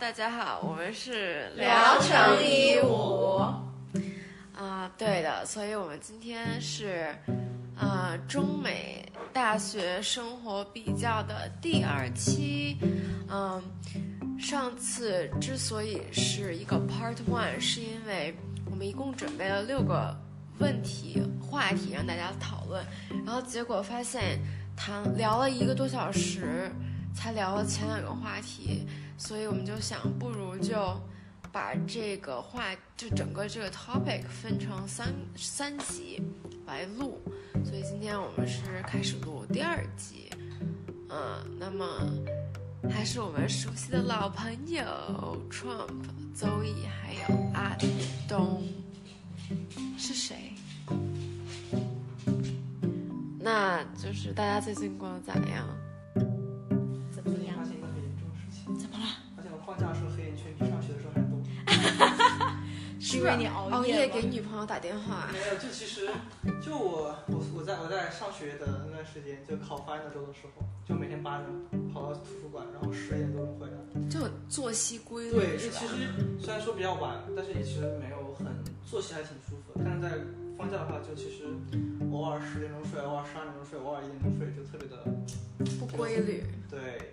大家好，我们是聊城一五啊、对的，所以我们今天是啊、中美大学生活比较的第二期，嗯、上次之所以是一个 Part One，是因为我们一共准备了六个问题话题让大家讨论，然后结果发现谈聊了一个多小时，才聊了前两个话题，所以我们就想，不如就把这个话就整个这个 topic 分成三三集来录，所以今天我们是开始录第二集，嗯，那么还是我们熟悉的老朋友 Trump、邹毅还有阿东，是谁？那就是大家最近过得咋样？怎么样发？现一个很严重的事情，怎么了？发现我放假的时候黑眼圈比上学的时候还多。是因为你熬哦熬夜夜吗给女朋友打电话，没有，就其实就我我我在我在上学的那段时间，就考发那周的时候，就每天八点跑到图书馆，然后十点多钟回来。就有作息规律对，是就吧其？实虽然说比较晚，但是也其实没有很作息还挺舒服的。但是在放假的话，就其实偶尔十点钟睡，偶尔十二点钟睡，偶尔一点钟睡，就特别的不规律。对。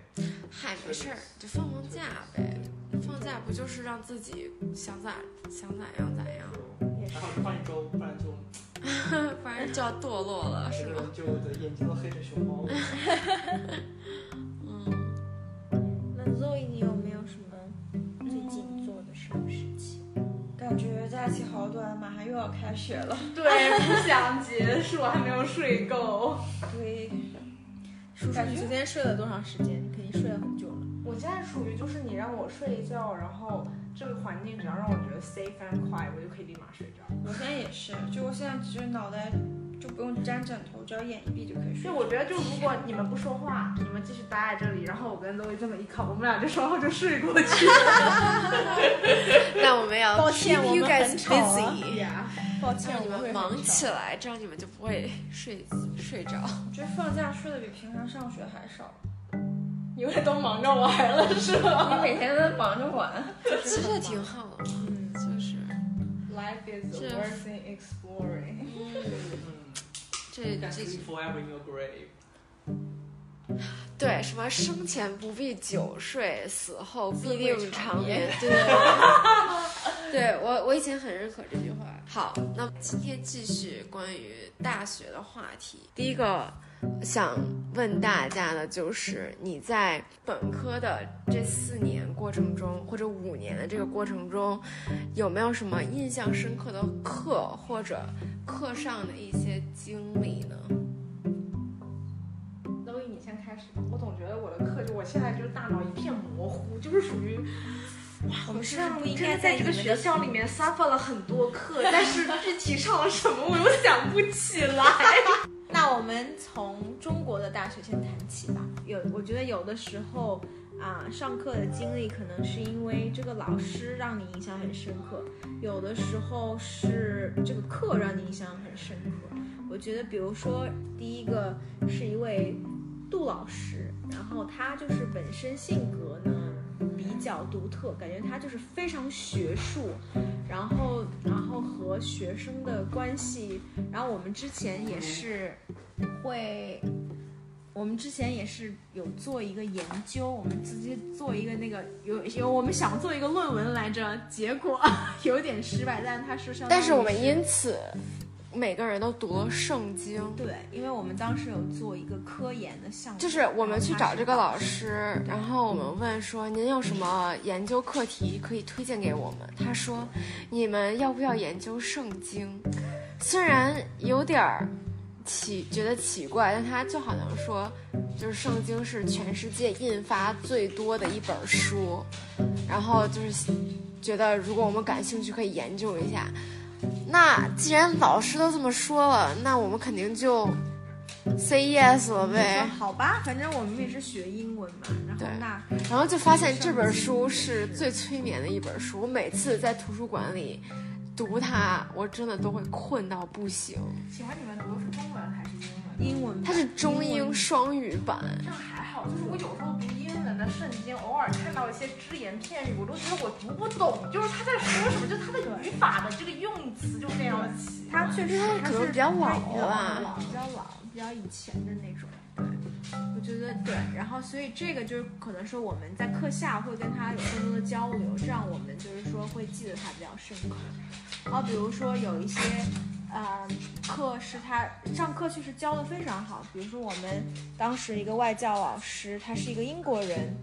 嗨，没事儿，就放放假呗。放假不就是让自己想咋想咋样咋样，也是然后就放一周，不然就反正就要堕落了，是整个吗？人就我的眼睛都黑成熊猫了。嗯，那 Zoe，你有没有什么最近做的什么事情？感觉假期好短，马上又要开学了。对，不想结束，还没有睡够。对，感觉你昨天睡了多长时间？你肯定睡了很久了。我现在属于就是你让我睡一觉，然后这个环境只要让我觉得 safe and quiet，我就可以立马睡着。我现在也是，就我现在只是脑袋就不用沾枕头，只要眼一闭就可以对，。睡我觉得就如果你们不说话，你们继续待在这里，然后我跟 Zoe 这么一靠，我们俩就稍后就睡过去。那我们要抱歉 keep 我 you 们 guys 很吵啊 busy，抱歉，让你我会很们忙吵起。来，这样你们就不会睡睡着。我觉得放假睡的比平常上学还少，你们都忙着玩了是吗你每天都在忙着玩。其实挺好的嘛，嗯，就是， ？Life is 是 worth in exploring。嗯，嗯，这感这觉 forever in your grave。对什么生前不必久睡，死后必定长眠。对， 对我我以前很认可这句话。好，那么今天继续关于大学的话题。第一个想问大家的就是，你在本科的这四年过程中，或者五年的这个过程中，有没有什么印象深刻的课或者课上的一些经历呢？ Zoe，你先开始吧。我总觉得我的课就我现在就是大脑一片模糊，就是属于我们是让我不是不应真该的在这你个们学校 里面 suffer 了很多课，但是具体上了什么我 又想不起来。那我们从中国的大学先谈起吧。有，我觉得有的时候啊、上课的经历可能是因为这个老师让你印象很深刻，有的时候是这个课让你印象很深刻。我觉得，比如说第一个是一位杜老师，然后他就是本身性格呢比较独特，感觉他就是非常学术，然后然后和学生的关系，然后我们之前也是会。我们之前也是有做一个研究，我们直接做一个那个有有我们想做一个论文来着，结果 有点失败，但是他是相当但是我们于因此每个人都读了圣经，对，因为我们当时有做一个科研的项目，就是我们去找这个老师，然后我们问说您有什么研究课题可以推荐给我们？他说你们要不要研究圣经？虽然有点儿奇觉得奇怪，但他就好像说就是圣经是全世界印发最多的一本书，然后就是觉得如果我们感兴趣可以研究一下。那既然老师都这么说了，那我们肯定就 say yes 了我们呗说。好吧，反正我们也是学英文嘛，然后对那然后就发现哦这本书是最催眠的一本书。我每次在图书馆里读它，我真的都会困到不行。请问你们读的是中文还是英文？英文版，它是中英双语版。这还好，就是我有时候读英文的瞬间，偶尔看到一些只言片语，我都觉得我读不懂，就是他在说什么，就是他的语法的这个用词就非常的奇怪。它确实因为它它可能是比较老它啊吧比较老，比较以前的那种。对，我觉得对。然后，所以这个就是可能说我们在课下会跟他有更多的交流，这样我们就是说会记得他比较深刻。然后比如说有一些，呃，课是他上课确实教的非常好。比如说我们当时一个外教老师，他是一个英国人，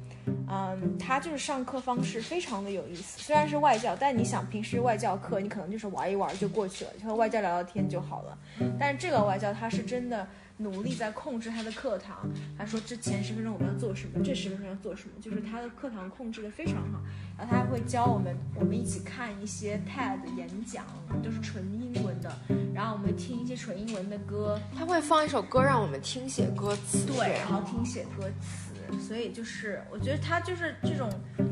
嗯，他就是上课方式非常的有意思。虽然是外教，但你想平时外教课你可能就是玩一玩就过去了，就和外教聊聊天就好了。但是这个外教他是真的努力在控制他的课堂，他说这前十分钟我们要做什么，这十分钟要做什么，就是他的课堂控制的非常好。然后他还会教我们，我们一起看一些 TED 演讲，就是纯英文的，然后我们听一些纯英文的歌，它会放一首歌让我们听写歌词。对，然后听写歌词，所以就是我觉得他就是这种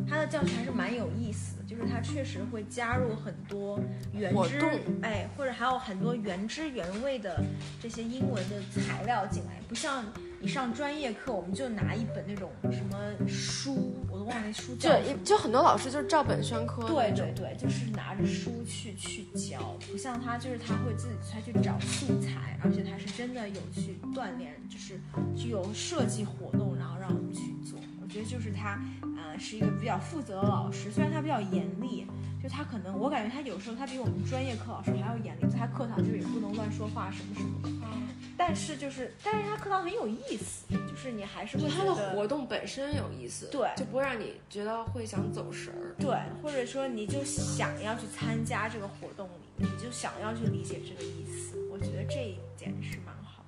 他的教学还是蛮有意思的，就是他确实会加入很多原活汁动哎，或者还有很多原汁原味的这些英文的材料进来，不像你上专业课我们就拿一本那种什么书，我都忘了那书叫就什么一就很多老师就是照本宣科。对对对，就是拿着书去去教，不像他就是他会自己他去找素材，而且他是真的有去锻炼，就是具有设计活动，然后让我们去做。我觉得就是他，呃，是一个比较负责的老师，虽然他比较严厉，就他可能我感觉他有时候他比我们专业课老师还要严厉，在他课堂就是也不能乱说话什么什么的。但是就是，但是他课堂很有意思，就是你还是会就觉它的得活动本身有意思，对就不会让你觉得会想走神儿。对，或者说你就想要去参加这个活动里，你就想要去理解这个意思，我觉得这一点是蛮好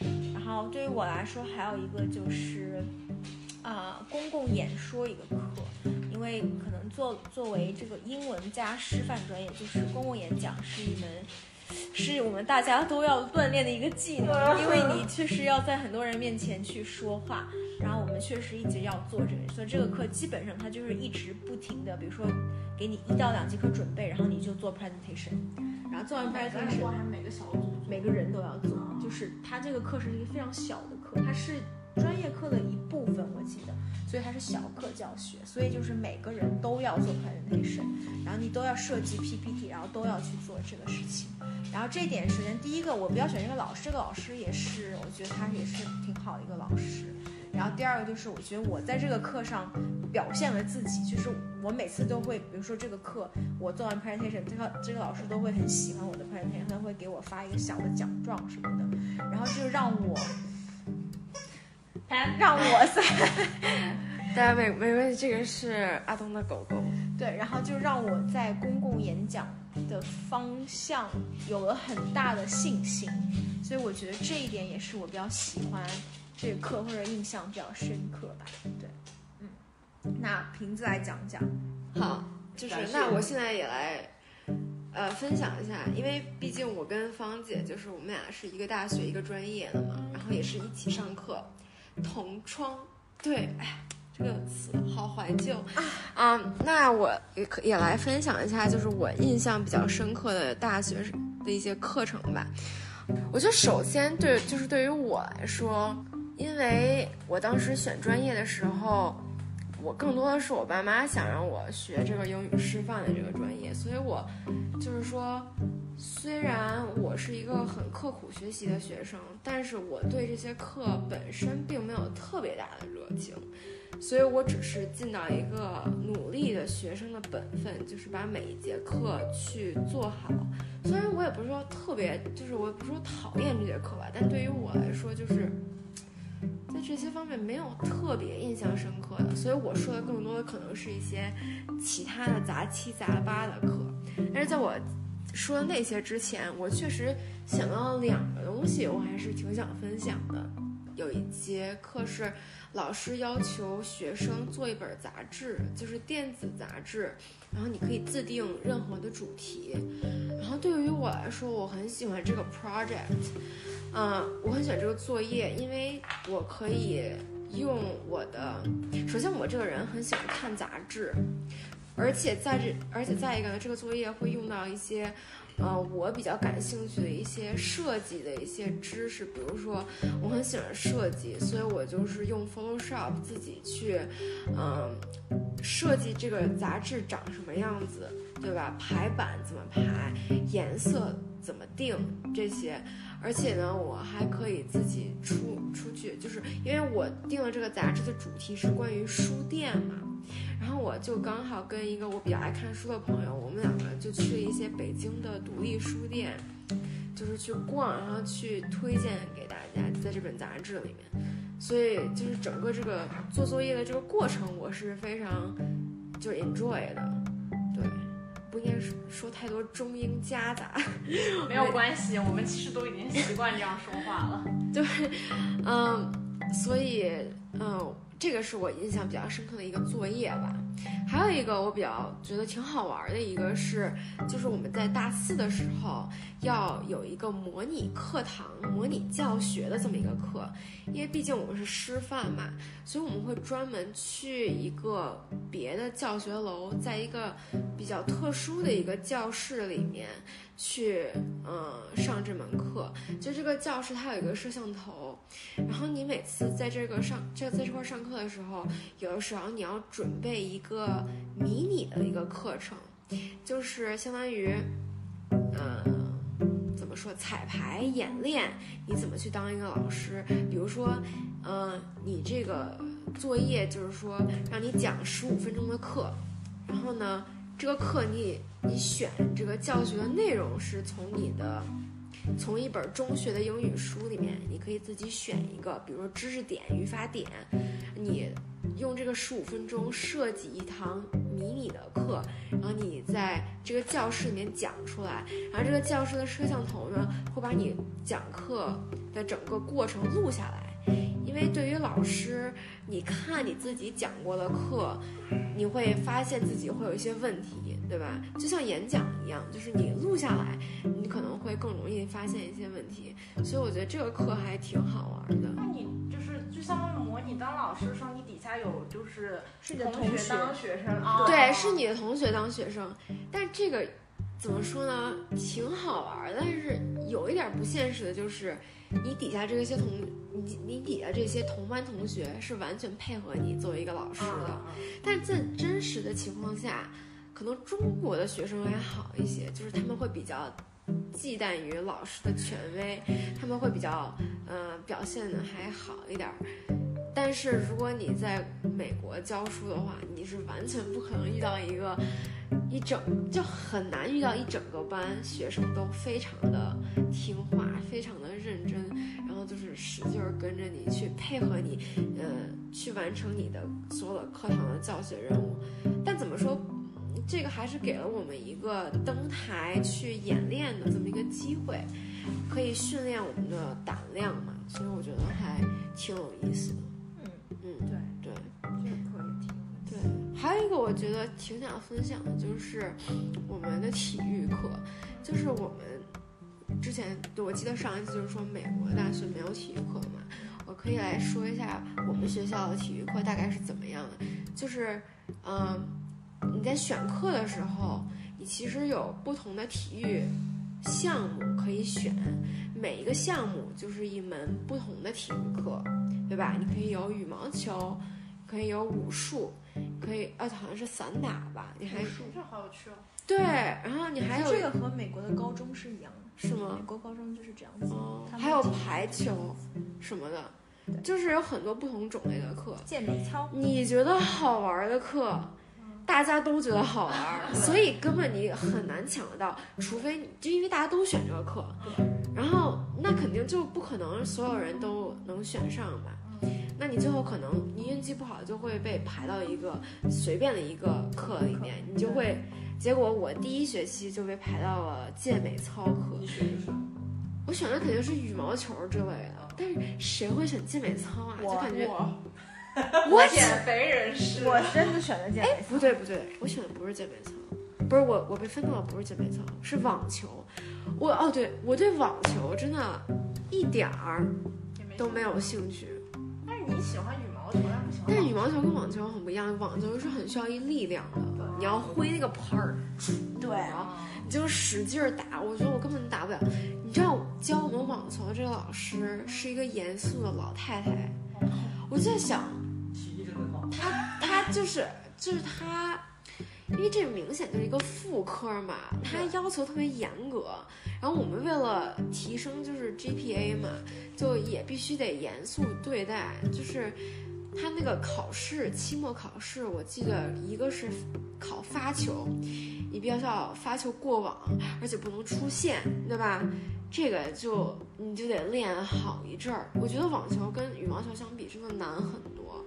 的。然后对于我来说，还有一个就是，呃，公共演说一个课，因为可能作作为这个英文加师范专业，就是公共演讲是一门。是我们大家都要锻炼的一个技能，因为你确实要在很多人面前去说话，然后我们确实一直要做这个，所以这个课基本上它就是一直不停的，比如说给你一到两节课准备，然后你就做 presentation，然后做完 presentation，还每个小组每个人都要做，就是它这个课是一个非常小的课，它是专业课的一部分，我记得，所以它是小课教学，所以就是每个人都要做 presentation，然后你都要设计 PPT，然后都要去做这个事情。然后这一点，首先第一个，我比较喜欢这个老师，这个老师也是，我觉得他也是挺好的一个老师。然后第二个就是，我觉得我在这个课上表现了自己，就是我每次都会，比如说这个课我做完 presentation，这个这个老师都会很喜欢我的 presentation，他会给我发一个小的奖状什么的，然后就让我，让我在大家没没关系，这个是阿东的狗狗。对，然后就让我在公共演讲的方向有了很大的信心，所以我觉得这一点也是我比较喜欢这个课或者印象比较深刻吧。对，嗯，那瓶子来讲讲，好，就是嗯感谢那我现在也来，呃，分享一下，因为毕竟我跟芳姐就是我们俩是一个大学一个专业的嘛，然后也是一起上课，同窗，对，哎呀，这个词好怀旧啊、那我也可也来分享一下，就是我印象比较深刻的大学的一些课程吧。我觉得首先对，就是对于我来说，因为我当时选专业的时候，我更多的是我爸妈想让我学这个英语师范的这个专业，所以我就是说，虽然我是一个很刻苦学习的学生，但是我对这些课本身并没有特别大的热情，所以我只是尽到一个努力的学生的本分，就是把每一节课去做好。虽然我也不是说特别，就是我也不是说讨厌这节课吧，但对于我来说就是。在这些方面没有特别印象深刻的，所以我说的更多的可能是一些其他的杂七杂八的课。但是在我说那些之前，我确实想到了两个东西，我还是挺想分享的。有一节课是老师要求学生做一本杂志，就是电子杂志，然后你可以自定任何的主题。然后对于我来说，我很喜欢这个 project，嗯、我很喜欢这个作业，因为我可以用我的，首先我这个人很喜欢看杂志，而且在这，而且再一个呢，这个作业会用到一些，呃，我比较感兴趣的一些设计的一些知识，比如说我很喜欢设计，所以我就是用 Photoshop 自己去，嗯、设计这个杂志长什么样子，对吧？排版怎么排，颜色怎么定这些，而且呢，我还可以自己出出去，就是因为我定了这个杂志的主题是关于书店嘛，然后我就刚好跟一个我比较爱看书的朋友，我们两个就去了一些北京的独立书店，就是去逛，然后去推荐给大家在这本杂志里面。所以就是整个这个做作业的这个过程，我是非常就是 enjoy 的，对，不应该说说太多中英夹杂。没有关系，我们其实都已经习惯这样说话了。嗯，所以嗯，这个是我印象比较深刻的一个作业吧。还有一个我比较觉得挺好玩的一个是，就是我们在大四的时候要有一个模拟课堂、模拟教学的这么一个课，因为毕竟我们是师范嘛，所以我们会专门去一个别的教学楼，在一个比较特殊的一个教室里面去嗯上这门课。就这个教室它有一个摄像头，然后你每次在这个上这在这块儿上课的时候，有的时候你要准备一个迷你的一个课程，就是相当于，呃，怎么说彩排演练，你怎么去当一个老师？比如说，呃，你这个作业就是说让你讲十五分钟的课，然后呢，这个课你你选这个教学的内容是从你的。从一本中学的英语书里面，你可以自己选一个，比如说知识点、语法点，你用这个十五分钟设计一堂迷你的课，然后你在这个教室里面讲出来，然后这个教室的摄像头呢会把你讲课的整个过程录下来。因为对于老师，你看你自己讲过的课，你会发现自己会有一些问题，对吧？就像演讲一样，就是你录下来，你可能会更容易发现一些问题，所以我觉得这个课还挺好玩的。那你就是就相当于模拟当老师的时候，你底下有就是是你的同同学学，当学生啊？对，是你的同学当学生，但这个怎么说呢，挺好玩儿，但是有一点不现实的就是，你底下这些同你你底下这些同班同学是完全配合你作为一个老师的，啊。但在真实的情况下，可能中国的学生还好一些，就是他们会比较忌惮于老师的权威，他们会比较呃表现的还好一点儿。但是如果你在美国教书的话，你是完全不可能遇到一个一整就很难遇到一整个班学生都非常的听话，非常的认真，然后就是使劲儿跟着你去配合你，呃，去完成你的所有的课堂的教学任务。但怎么说，嗯这个还是给了我们一个登台去演练的这么一个机会，可以训练我们的胆量嘛。所以我觉得还挺有意思的。嗯嗯，对对这个可以听。对。还有一个我觉得挺想分享的就是我们的体育课，就是我们之前对我记得上一次就是说美国大学没有体育课嘛，我可以来说一下我们学校的体育课大概是怎么样的。就是，嗯，你在选课的时候，你其实有不同的体育项目可以选，每一个项目就是一门不同的体育课，对吧？你可以有羽毛球，可以有武术，可以呃、好像是散打吧？你还这好有趣哦！对，嗯然后你还有这个和美国的高中是一样的，是吗美？国高中就是这样子，哦他，们还有进行排球什么的对，就是有很多不同种类的课。健美操。你觉得好玩儿的课，大家都觉得好玩儿，所以根本你很难抢得到，除非你就因为大家都选这个课，然后那肯定就不可能所有人都能选上吧。那你最后可能你运气不好就会被排到一个随便的一个课里面，你就会，结果我第一学期就被排到了健美操课，你选的是我选的肯定是羽毛球之类的，但是谁会选健美操啊？就我感觉我我减肥人士，我真的选的健哎美操不，对不对，我选的不是健美操，不是我我被分到的不是健美操，是网球。我哦对，我对网球真的一点儿都没有兴趣。但是你喜欢羽毛球，但不喜欢但是羽毛球跟网球很不一样，网球是很需要一力量的，你要挥那个拍儿，对然后啊你就使劲儿打，我觉得我根本打不了。你知道教我们网球的这个老师是一个严肃的老太太，我就在想，体力真的好。她就是就是她，因为这明显就是一个副科嘛，她要求特别严格。然后我们为了提升就是 GPA 嘛，就也必须得严肃对待，就是。她那个考试，期末考试，我记得一个是考发球，你必须要发球过网，而且不能出线，对吧？这个就你就得练好一阵儿。我觉得网球跟羽毛球相比，真的难很多。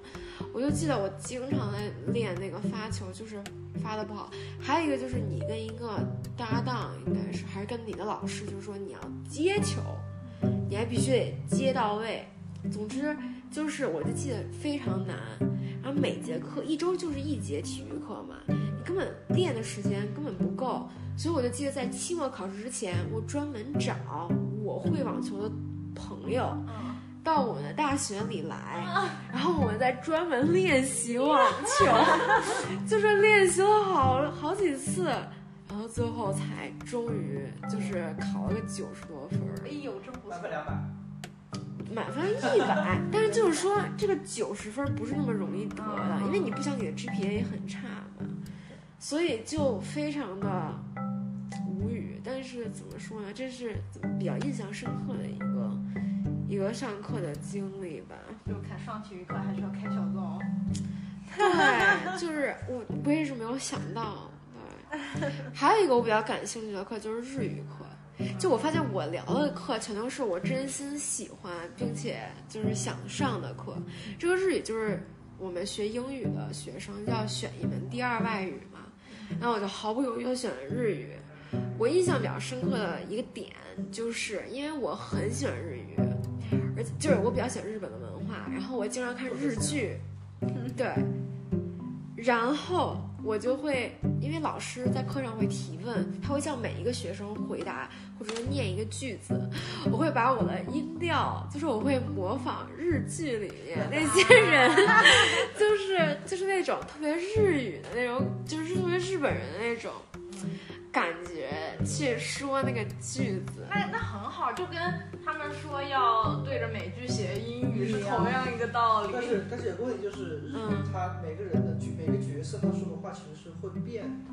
我就记得我经常在练那个发球，就是发的不好。还有一个就是你跟一个搭档，应该是还是跟你的老师，就是说你要接球，你还必须得接到位。总之就是，我就记得非常难。然后每节课一周就是一节体育课嘛，你根本练的时间根本不够，所以我就记得在期末考试之前，我专门找我会网球的朋友嗯，到我们的大学里来， 然后我们再专门练习网球，就是练习了好好几次，然后最后才终于就是考了个九十多分儿。哎呦，真不百错。分两百，满分一百， 但是就是说这个九十分不是那么容易得的啊，因为你不想你的 GPA 很差嘛，所以就非常的无语。但是怎么说呢，这是比较印象深刻的一个一个上课的经历吧。就看上体育课还是要开小灶。对，就是我我也是没有想到。对，还有一个我比较感兴趣的课就是日语课。就我发现我聊的课全都是我真心喜欢并且就是想上的课。这个日语就是我们学英语的学生要选一门第二外语嘛，然后我就毫不犹豫的选了日语。我印象比较深刻的一个点，就是因为我很喜欢日语，而且就是我比较喜欢日本的文化，然后我经常看日剧，对，然后我就会，因为老师在课上会提问，他会叫每一个学生回答，或者说念一个句子。我会把我的音调，就是我会模仿日剧里面那些人， 就是就是那种特别日语的那种，就是特别日本人的那种感觉去说那个句子。那哎那很好，就跟他们说要对着美剧写英语是同样一个道但理。是但是有个问题就是，日嗯语它每个人的角每个角色他说的话其实是会变的，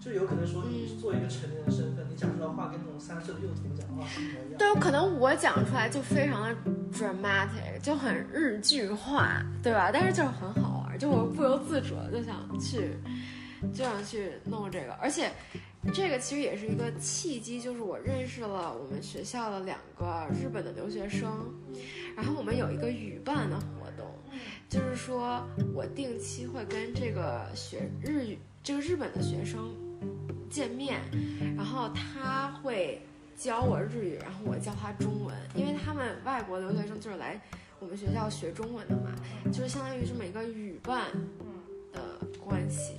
就有可能说嗯你作为一个成人的身份，你讲出来的话跟那种三岁的幼童讲的话是一模一样的。但有可能我讲出来就非常的 dramatic，就很日剧化，对吧？但是就是很好玩，就我不由自主的就想去，就想去弄这个，而且这个其实也是一个契机，就是我认识了我们学校的两个日本的留学生，然后我们有一个语伴的活动，就是说我定期会跟这个学日语这个日本的学生见面，然后他会。教我日语，然后我教他中文，因为他们外国留学生就是来我们学校学中文的嘛，就是相当于这么一个语伴嗯，的关系。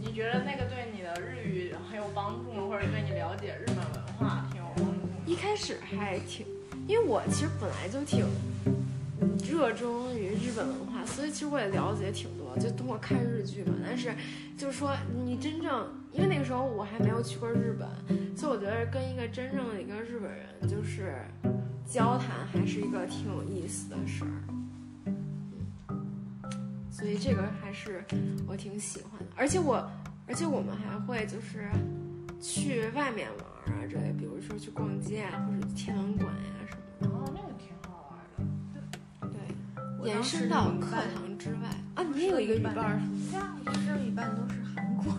你觉得那个对你的日语很有帮助吗？或者对你了解日本文化挺有帮助吗？一开始还挺，因为我其实本来就挺嗯热衷于日本文化，所以其实我也了解挺多，就通过看日剧嘛。但是就是说，你真正因为那个时候我还没有去过日本，所以我觉得跟一个真正的一个日本人就是交谈，还是一个挺有意思的事儿。嗯所以这个还是我挺喜欢的，而且我，而且我们还会就是去外面玩儿啊之类，比如说去逛街啊，或者天文馆呀、什么哦，那个挺好玩的。的。对，我延当时伸到的语课伴堂之外我啊，你也有一个是语语伴伴儿，对啊，我当时的语伴都是韩国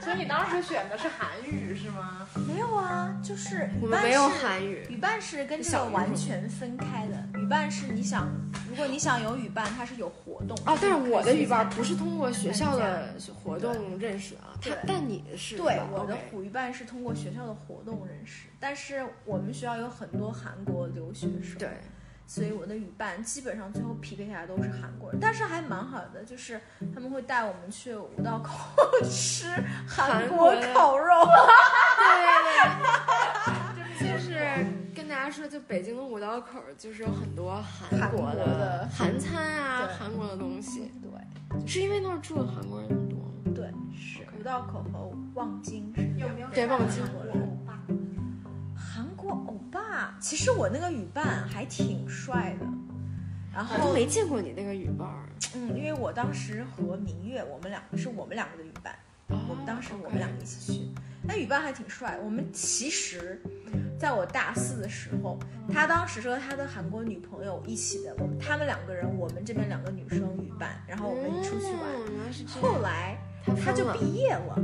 所以你当时选的是韩语是吗？人，没有啊，就是我语们伴没有是韩语，语伴是跟这小个语种完全分开的，语伴是你想，如果你想有语伴，它是有活动啊，但是我的语伴不不是通过学校的活动认识啊，他对但你的是对吧，我的 OK 虎语伴是通过学校的活动认识，但是我们学校有很多韩国留学生， 对，所以我的语伴基本上最后匹配下来都是韩国人，但是还蛮好的，就是他们会带我们去五道口 吃韩国韩国的烤肉，对对对，就是跟大家说，就北京的五道口就是有很多韩国韩国的韩餐啊，对韩国的东西，对。是因为那儿住的韩国人多吗？对，是古道口和望京是有没有对看忘过记韩国欧巴？韩国欧巴。其实我那个语伴还挺帅的，然我都后没见过你那个语伴儿。嗯，因为我当时和明月，我们两个是我们两个的语伴，哦我们当哦时我们两个一起去，那语伴还挺帅。我们其实，在我大四的时候，他当时和他的韩国女朋友一起的，我们他们两个人，我们这边两个女生语伴，然哦后我们出去玩。嗯原来是这样。后来他他就疯了毕业了，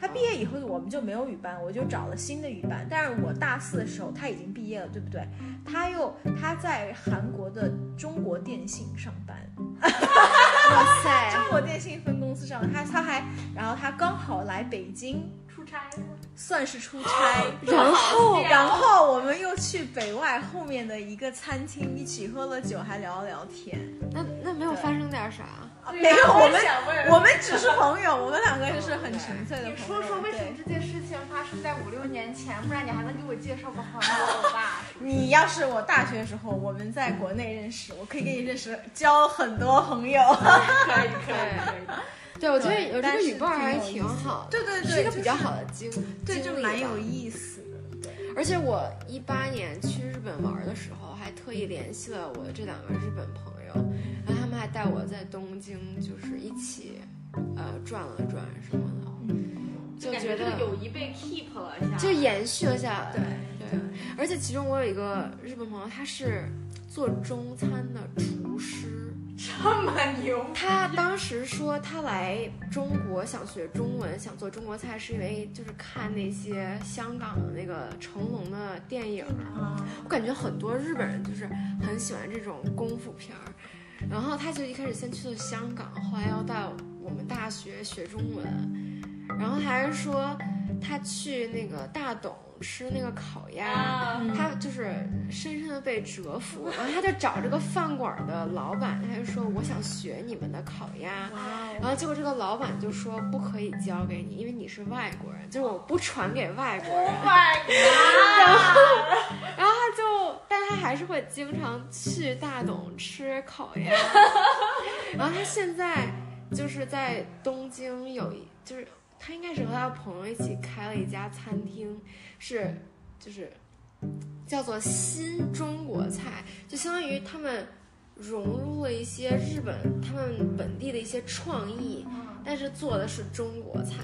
他毕业以后我们就没有语班，我就找了新的语班。但是我大四的时候他已经毕业了，对不对？他又他在韩国的中国电信上班，哇塞，中国电信分公司上班。他他还然后他刚好来北京，出差吗？算是出差。哦然后然后我们又去北外后面的一个餐厅，一起喝了酒，还聊了聊天。那那没有发生点啥？啊对没有，呀我我也们想问我们只是朋友，我们两个就是很纯粹的朋你说友。说为什对么这件事情发生在五六年前，不然你还能给我介绍个韩国欧巴？你要是我大学时候我们在国内认识，我可以跟你认识，交很多朋友。 可以可以可以。对，我觉得对有这但个是语伴儿还挺挺有意思好的，对对是一对，个比较就是好的经对，经就历蛮吧有意思的。对，而且我一八年去日本玩的时候，还特意联系了我这两个日本朋友，然后他们还带我在东京就是一起，呃，转了转什么的，嗯就感觉这个得友谊被 keep 了一下，就延续了下来。对对，而且其中我有一个日本朋友，他是做中餐的厨师。这么牛。他当时说他来中国想学中文，想做中国菜，是因为就是看那些香港的那个成龙的电影儿。我感觉很多日本人就是很喜欢这种功夫片儿。然后他就一开始先去了香港，后来要到我们大学学中文，然后还是说他去那个大董吃那个烤鸭。啊，他就是深深的被折服，然后他就找这个饭馆的老板，他就说我想学你们的烤鸭，然后结果这个老板就说不可以教给你，因为你是外国人，就是我不传给外国人。哇， 然后他就，但他还是会经常去大董吃烤鸭。 然后他现在就是在东京有一，就是他应该是和他的朋友一起开了一家餐厅，是就是叫做新中国菜，就相当于他们融入了一些日本他们本地的一些创意，但是做的是中国菜，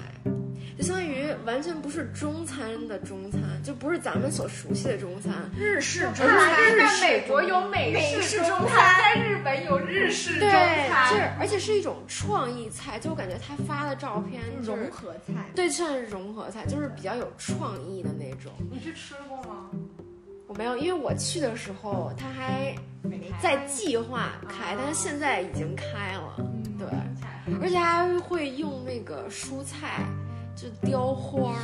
就相当于完全不是中餐的中餐，就不是咱们所熟悉的中餐。日式中看来餐，在美国有美美式式中中餐，餐在日本有日式中对，就是餐。而且是一种创意菜，就我感觉他发的照片就融是合菜。对，算是融合菜，就是比较有创意的那种。你去吃过吗？我没有，因为我去的时候他还在计划开，但是现在已经开了，嗯对，而且他还会用那个蔬菜就雕花儿，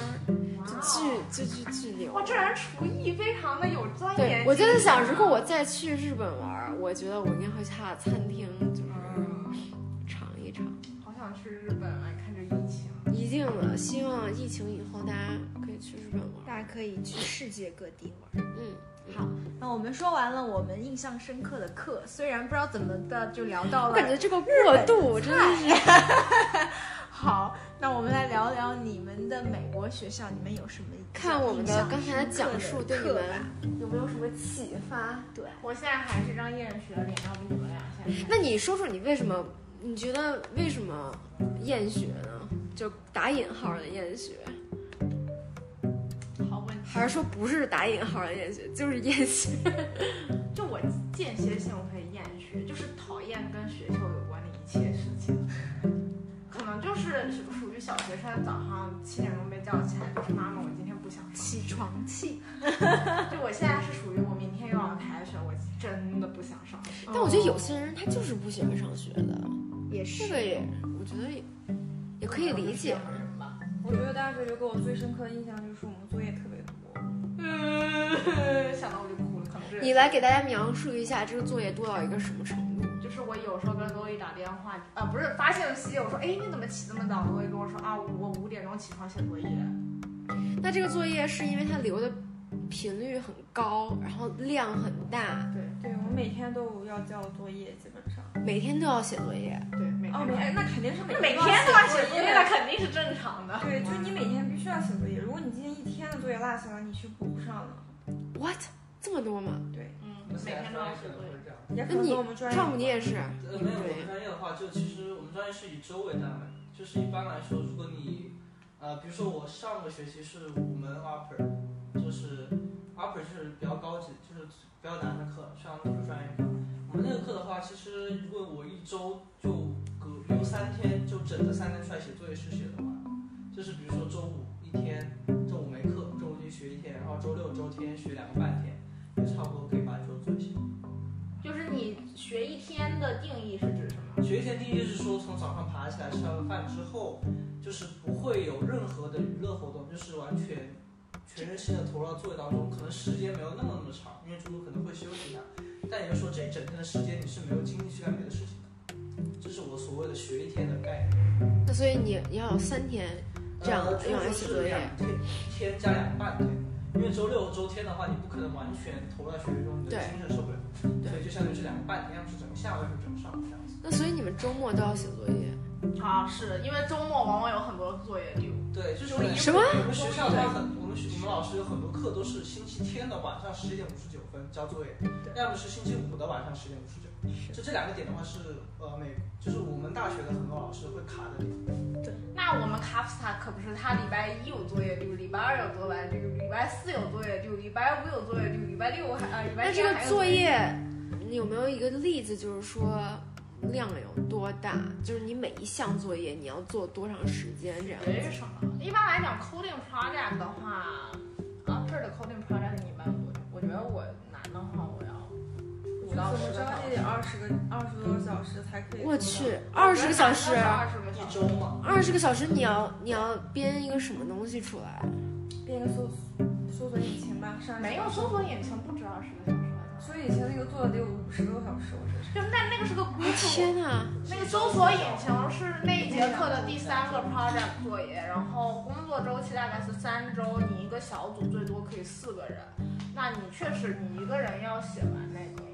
就巨就巨巨牛哇，。这人厨艺非常的有钻对研，。我就在想，如果我再去日本玩儿，我觉得我应该会去他的餐厅，就是尝一尝。嗯好想去日本啊！看这疫情，一定的，希望疫情以后大家可以去日本玩。大家可以去世界各地玩。嗯，那我们说完了我们印象深刻的课，虽然不知道怎么的就聊到我了感觉这个过渡真的是好，那我们来聊聊你们的美国学校，你们有什么印象看我们的刚才的深刻讲的述对你课们吧有没有什么启发？对，我现在还是张厌学的脸，要不你们俩先。那你说说你为什么？你觉得为什么厌学呢？就打引号的厌学，好问题，还是说不是打引号的厌学，就是厌 学？就我间歇性会厌学，就是讨厌跟学校有关的一切事情。可能就是属于小学生，早上七点钟被叫起来，就是妈妈，我今天不想上起床气， 就我现在是属于我明天又要开学，我真的不想上学。但我觉得有些人他就是不喜欢上学的，也这是个也我觉得也也可以理解。我觉得大学就给我最深刻的印象就是我们作业特别多，嗯， 想到我就哭了，可能是你来给大家描述一下这个作业多到一个什么程度？就是我有时候跟罗伊打电话，呃，不是发信息，我说，哎，你怎么起这么早？罗伊跟我说啊，我五点钟起床写作业。那这个作业是因为他留的频率很高，然后量很大，对我每天都有要交作业，基本上。每天都要写作业。对，每哦，每天天那肯定是每每都天都要写写作作业业了，肯定是正常的。对，就是你每天必须要写作业。如果你今天一天的作业落下了，你去补不上了。 What？这么多吗？嗯，每天都要写作业。这样。也可能那跟我们专业有丈关。夫你也是？呃，没有，我们专业的话，就其实我们专业是以周为单位，就是一般来说，如果你，呃，比如说我上个学期是五门 upper，就是 upper 就是比较高级，就是比较难的课，上的都是专业课。我们那个课的话，其实如果我一周就隔有三天，就整个三天出来写作业是写的话，就是比如说周五一天，周五没课，周六学一天，然后周六周天学两个半天，也差不多可以把一周作业写完。就是你学一天的定义是指什么？学一天第一是说从早上爬起来吃完饭之后，就是不会有任何的娱乐活动，就是完全全身心的投入到作业当中，可能时间没有那么那么长，因为中途可能会休息一下，但也就是说这一整天的时间你是没有精力去干别的事情的，这是我所谓的学一天的概念。那所以你你要有三天这样呃用来写作业两天，一天加两半天，因为周六周天的话，你不可能完全投入到学习中，你的对精神受不了，所以就相当于是两个半天，要么是整个下午，要么是整个上午这样子。那所以你们周末都要写作业？啊，是因为周末往往有很多作业丢。对，就是我们什么我们学校有很，我们学我们老师有很多课都是星期天的晚上十一点五十九分交作业，要么是星期五的晚上十点五十九，就这两个点的话是呃美，就是我们大学的很多老师会卡的点。那我们卡普萨可不是，他礼拜一有作业丢，礼拜二有作业丢，礼拜四有作业丢，礼拜五有作业丢，礼拜六还啊，礼拜那天这个还有作业你有没有一个例子，就是说量有多大？就是你每一项作业你要做多长时间这样没子？哎什么。一般来讲，coding project 的话，upper 啊的 coding project 你一般有多久？我觉得我难的话，我要五到怎十么个小着也时得。二十个二十多个小时才可以。我去，，二十个小时，二十个小一时。周嘛，二十个小时你要你要编一个什么东西出来？编个搜搜索引擎吧，上一次没有搜索引擎不止二十个小时吧，所以以前那个做了得有五十多个小时，我觉得是。就是但那个是个估数。天哪！那个搜索引擎是那一节课的第三个 project 作业，然后工作周期大概是三周，你一个小组最多可以四个人，那你确实你一个人要写完那个。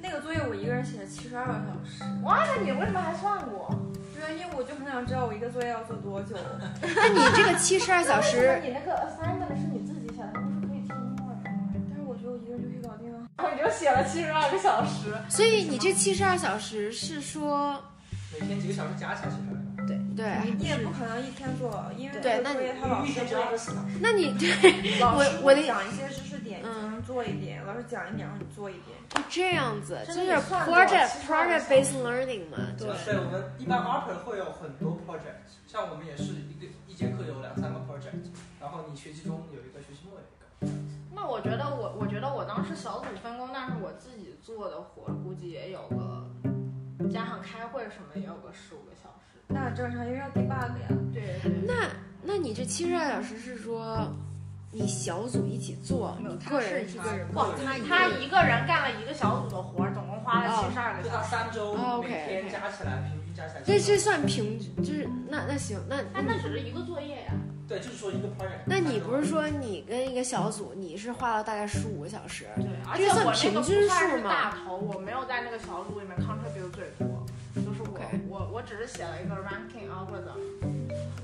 那个作业我一个人写了七十二个小时，哇，那啊你为什么还算我？对啊，因为我就很想知道我一个作业要做多久。那你这个七十二小时， 你那个 assignment 是你自己写的，不是可以听英文的吗？但是我觉得我一个人就可以搞定啊。你就写了七十二个小时，所以你这七十二小时是说每天几个小时加起来是多少？对？你也不可能一天做，因为哎对那那个作业他老一师天只会二十四小时。那你 对老师我我的会讲一些知识点，你嗯才能做一点；老师讲一点，然后你做一点。哦这样子，就真的是也算过 project 72 project based learning 嘛？对，我们一般 upper 会有很多 project，像我们也是一个一节课有两三个 project，然后你学期中有一个，学期末有一个。那我觉得我，我觉得我当时小组分工，但是我自己做的活估计也有个，加上开会什么也有个十五个小时。那很正常，因为要 debug 呀。对对对，那那你这七十二小时是说你小组一起做，没有你他个是人一是个个人人哇做他一他一个人干了一个小组的活儿，总共花了七十二个就小他时。三周哦，OK，OK 每天加起来平均加起来。这这算平均，就是那那行，那但那只是一个作业呀、对，就是说一个 project。那你不是说你跟一个小组，你是花了大概十五个小时？对，而这且算我那个平不均算数是吗大头，我没有在那个小组里面 contribute 最多，就是我 OK 我我只是写了一个 ranking algorithm，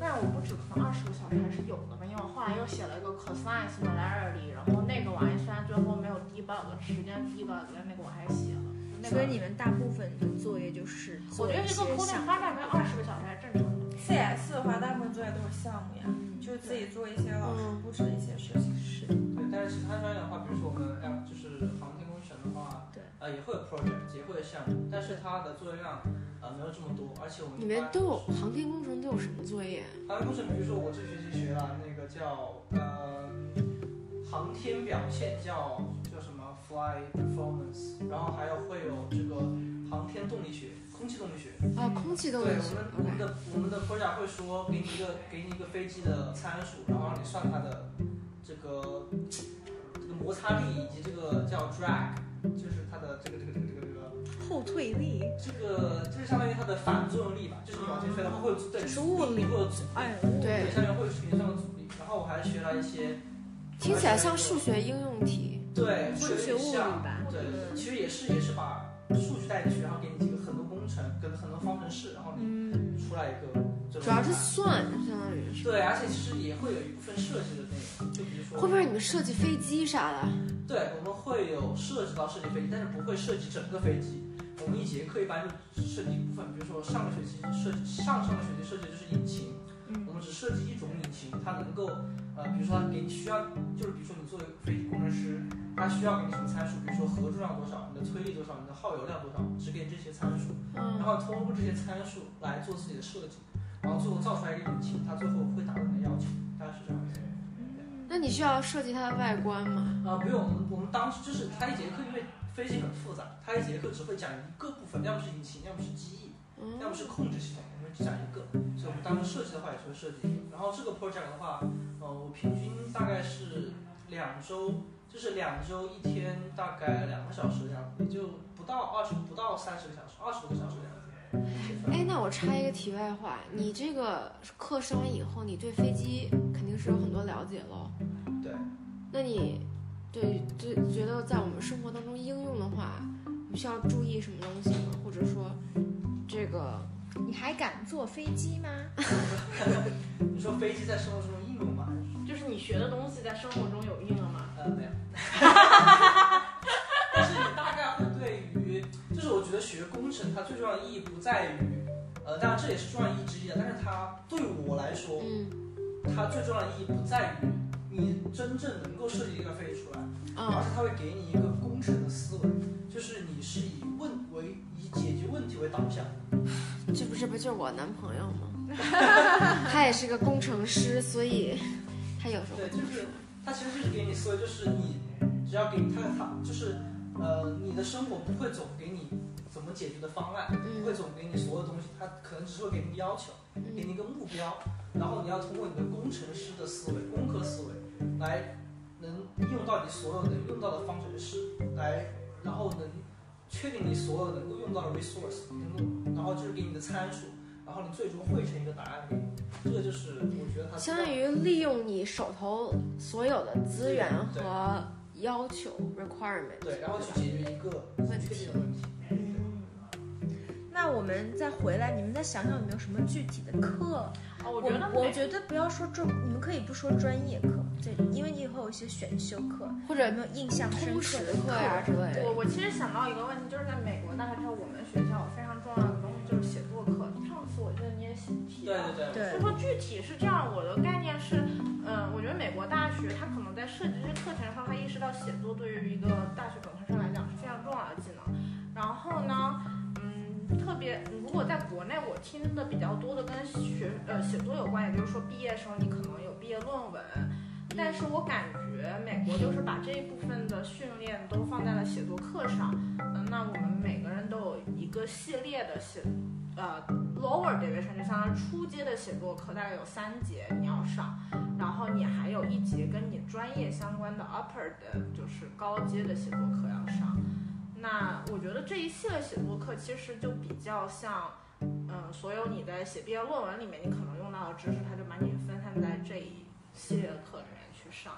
但是我不止可能二十个小时还是有的吧，因为我后来又写了一个 cosine similarity，然后那个玩意虽然最后没有 debug 时间 debug，但那个我还写了，那个你们大部分的作业就是我觉得这个 coding 发展没有二十个小时还正常的。 CS 的话，大部分作业都是项目呀，嗯就是自己做一些老师布置的一些事情。是，对，但是其他专业的话，比如说我们 L 就是航天工程的话，对，呃，也会有 project，也会有项目，但是它的作业量呃没有这么多，而且我们你一们般都有航天工程都有什么作业？航天工程，比如说我这学期学了那个叫呃航天表现叫叫什么 fly performance，然后还有会有这个航天动力学、空气动力学，哦，空气嗯对，动我力们学我们，OK，的我们的 project 会说给你一个给你一个飞机的参数，然后让你算它的这个这个摩擦力以及这个叫 drag，就是它的这个这个这个这个这个后退力，这个就是相当于它的反作用力吧，就是你往前飞的话会有对是物理会有阻力，哎呦，对对，相当于会有水平上的阻力。然后我还学了一些听起来像数学应用题。对，会数有学物点理像吧，对，其实也是也是把数据带进去，然后给你几个很多工程跟很多方程式，然后你嗯，出来一个这种答案。主要是算，相当于是。对，而且其实也会有一部分设计的内容，就比如说会不会是你们设计飞机啥的？对，我们会有涉及到设计飞机，但是不会涉及整个飞机。我们一节课一般就只涉及一部分，比如说上个学期设计，上上个学期设计的就是引擎，嗯我们只设计一种引擎，它能够呃，比如说它给你需要，就是比如说你作为飞机工程师，它需要给你什么参数，比如说合重量多少，你的推力多少，你的耗油量多少，只给你这些参数，然嗯，后通过这些参数来做自己的设计，然后最后造出来一个引擎，它最后会达到你的要求，大概是这样子。那你需要设计它的外观吗？啊，不用，我们我们当时就是他一节课，因为飞机很复杂，他一节课只会讲一个部分，要么是引擎，要么是机翼，嗯要么是控制系统，我们只讲一个。所以我们当时设计的话也是会设计一个。然后这个 project 的话，呃，我平均大概是两周，就是两周一天大概两个小时这样子，也就不到二十，不到三十个小时，二十个小时这样子。哎，那我插一个题外话，你这个课上完以后，你对飞机肯定是有很多了解喽。对。那你对对觉得在我们生活当中应用的话，你需要注意什么东西吗？或者说，这个你还敢坐飞机吗？你说飞机在生活中的应用吗？就是你学的东西在生活中有应用吗？呃， 没有。但是你大概会对于，就是我觉得学工程它最重要的意义不在于，呃，当然这也是重要意义之一的，但是它对我来说，嗯它最重要的意义不在于你真正能够设计一个飞出来，而啊是它会给你一个工程的思维，就是你是以问为以解决问题为导向。这不是不就是我男朋友吗？ 他也是个工程师，所以他有时候会对，这就么是说。它其实就是给你思维，就是你只要给你它它就是呃你的生活不会总给你怎么解决的方案，不会嗯总给你所有东西，它可能只是会给你一个要求，给嗯你一个目标，然后你要通过你的工程师的思维、工科思维来能用到你所有能用到的方程式，来然后能确定你所有能够用到的 resource，能够然后就是给你的参数，然后你最终汇成一个答案给你，这个就是我觉得它相当于利用你手头所有的资源和要求 requirement。对，然后去解决一个问确题定的问题。那我们再回来，你们再想想有没有什么具体的课？哦，我我觉得我每觉得不要说专，你们可以不说专业课，这因为你会有一些选修课，或有者没有印象深通识刻的课呀之类我的。我其实想到一个问题，就是在美国大学之后，我们学校非常重要的东西就是写作课。上次我记得你也提对到，对对，就对，说具体是这样，我的概念是，嗯，我觉得美国大学它可能在设计这些课程上，它意识到写作对于一个大学本科生来讲是非常重要的技能。然后呢，嗯，特别如果在国内我听的比较多的跟学呃写作有关，也就是说毕业时候你可能有毕业论文，但是我感觉美国就是把这一部分的训练都放在了写作课上。嗯，那我们每个人都有一个系列的写，呃，lower division 就相当于初阶的写作课，大概有三节你要上，然后你还有一节跟你专业相关的 upper 的，就是高阶的写作课要上。那我觉得这一系列写作课其实就比较像，嗯，所有你在写毕业论文里面你可能用到的知识，它就把你分散在这一系列的课里面去上。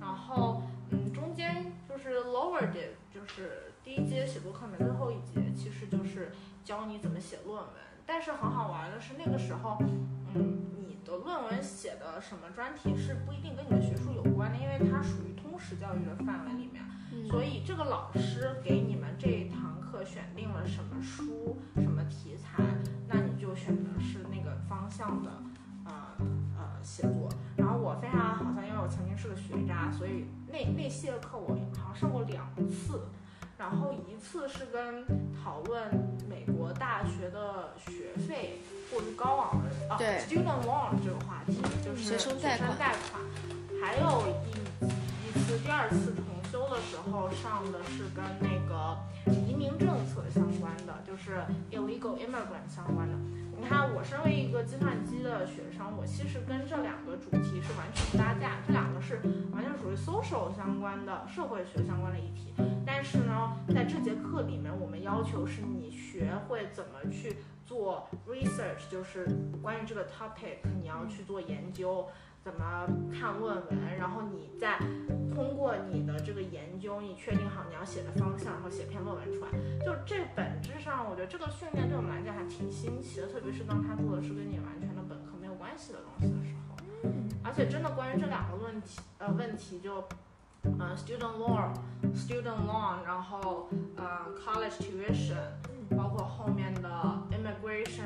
然后，嗯，中间就是 lower div，就是第一节写作课里面最后一节，其实就是教你怎么写论文。但是很好玩的是，那个时候，嗯，你的论文写的什么专题是不一定跟你的学术有关的，因为它属于通识教育的范围里面。嗯所以这个老师给你们这一堂课选定了什么书、什么题材，那你就选择是那个方向的，呃呃写作。然后我非常好像因为我曾经是个学渣，所以那那些课我好像上过两次，然后一次是跟讨论美国大学的学费过于高昂的啊对，student loan 这个话题，就是学生贷款学生贷款嗯还有一一次第二次重修的时候上的是跟那个移民政策相关的，就是 illegal immigrant 相关的。你看，我身为一个计算机的学生，我其实跟这两个主题是完全不搭架，这两个是完全属于 social 相关的、社会学相关的议题。但是呢，在这节课里面，我们要求是你学会怎么去做 research，就是关于这个 topic，你要去做研究，怎么看论文，然后你再通过你的这个研究，你确定好你要写的方向，然后写篇论文出来。就这本质上，我觉得这个训练对我们来讲还挺新奇的，特别是当他做的是跟你完全的本科没有关系的东西的时候。而且真的关于这两个问题，呃，问题就，呃，student loan、student loan，然后呃，college tuition，包括后面的 immigration，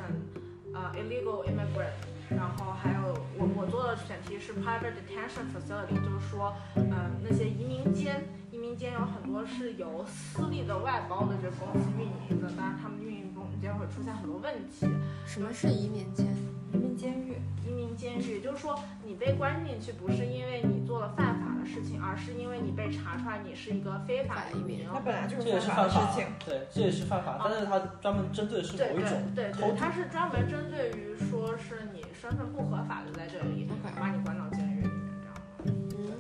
呃，illegal immigrant，然后还有我我做的选题是 private detention facility，就是说，呃，那些移民监，移民监有很多是由私立的外包的这个公司运营的，当然他们运营中间会出现很多问题，什么是移民监？人民监狱，移民监狱，就是说你被关进去不是因为你做了犯法的事情，而是因为你被查出来你是一个非法移民。那本来就这也是是犯的法事情。，对，这也是犯法，但是它专门针对的是对某一对种，对偷对，渡它是专门针对于说是你身份不合法留在这里 OK 把你关到监狱里面这样的。嗯，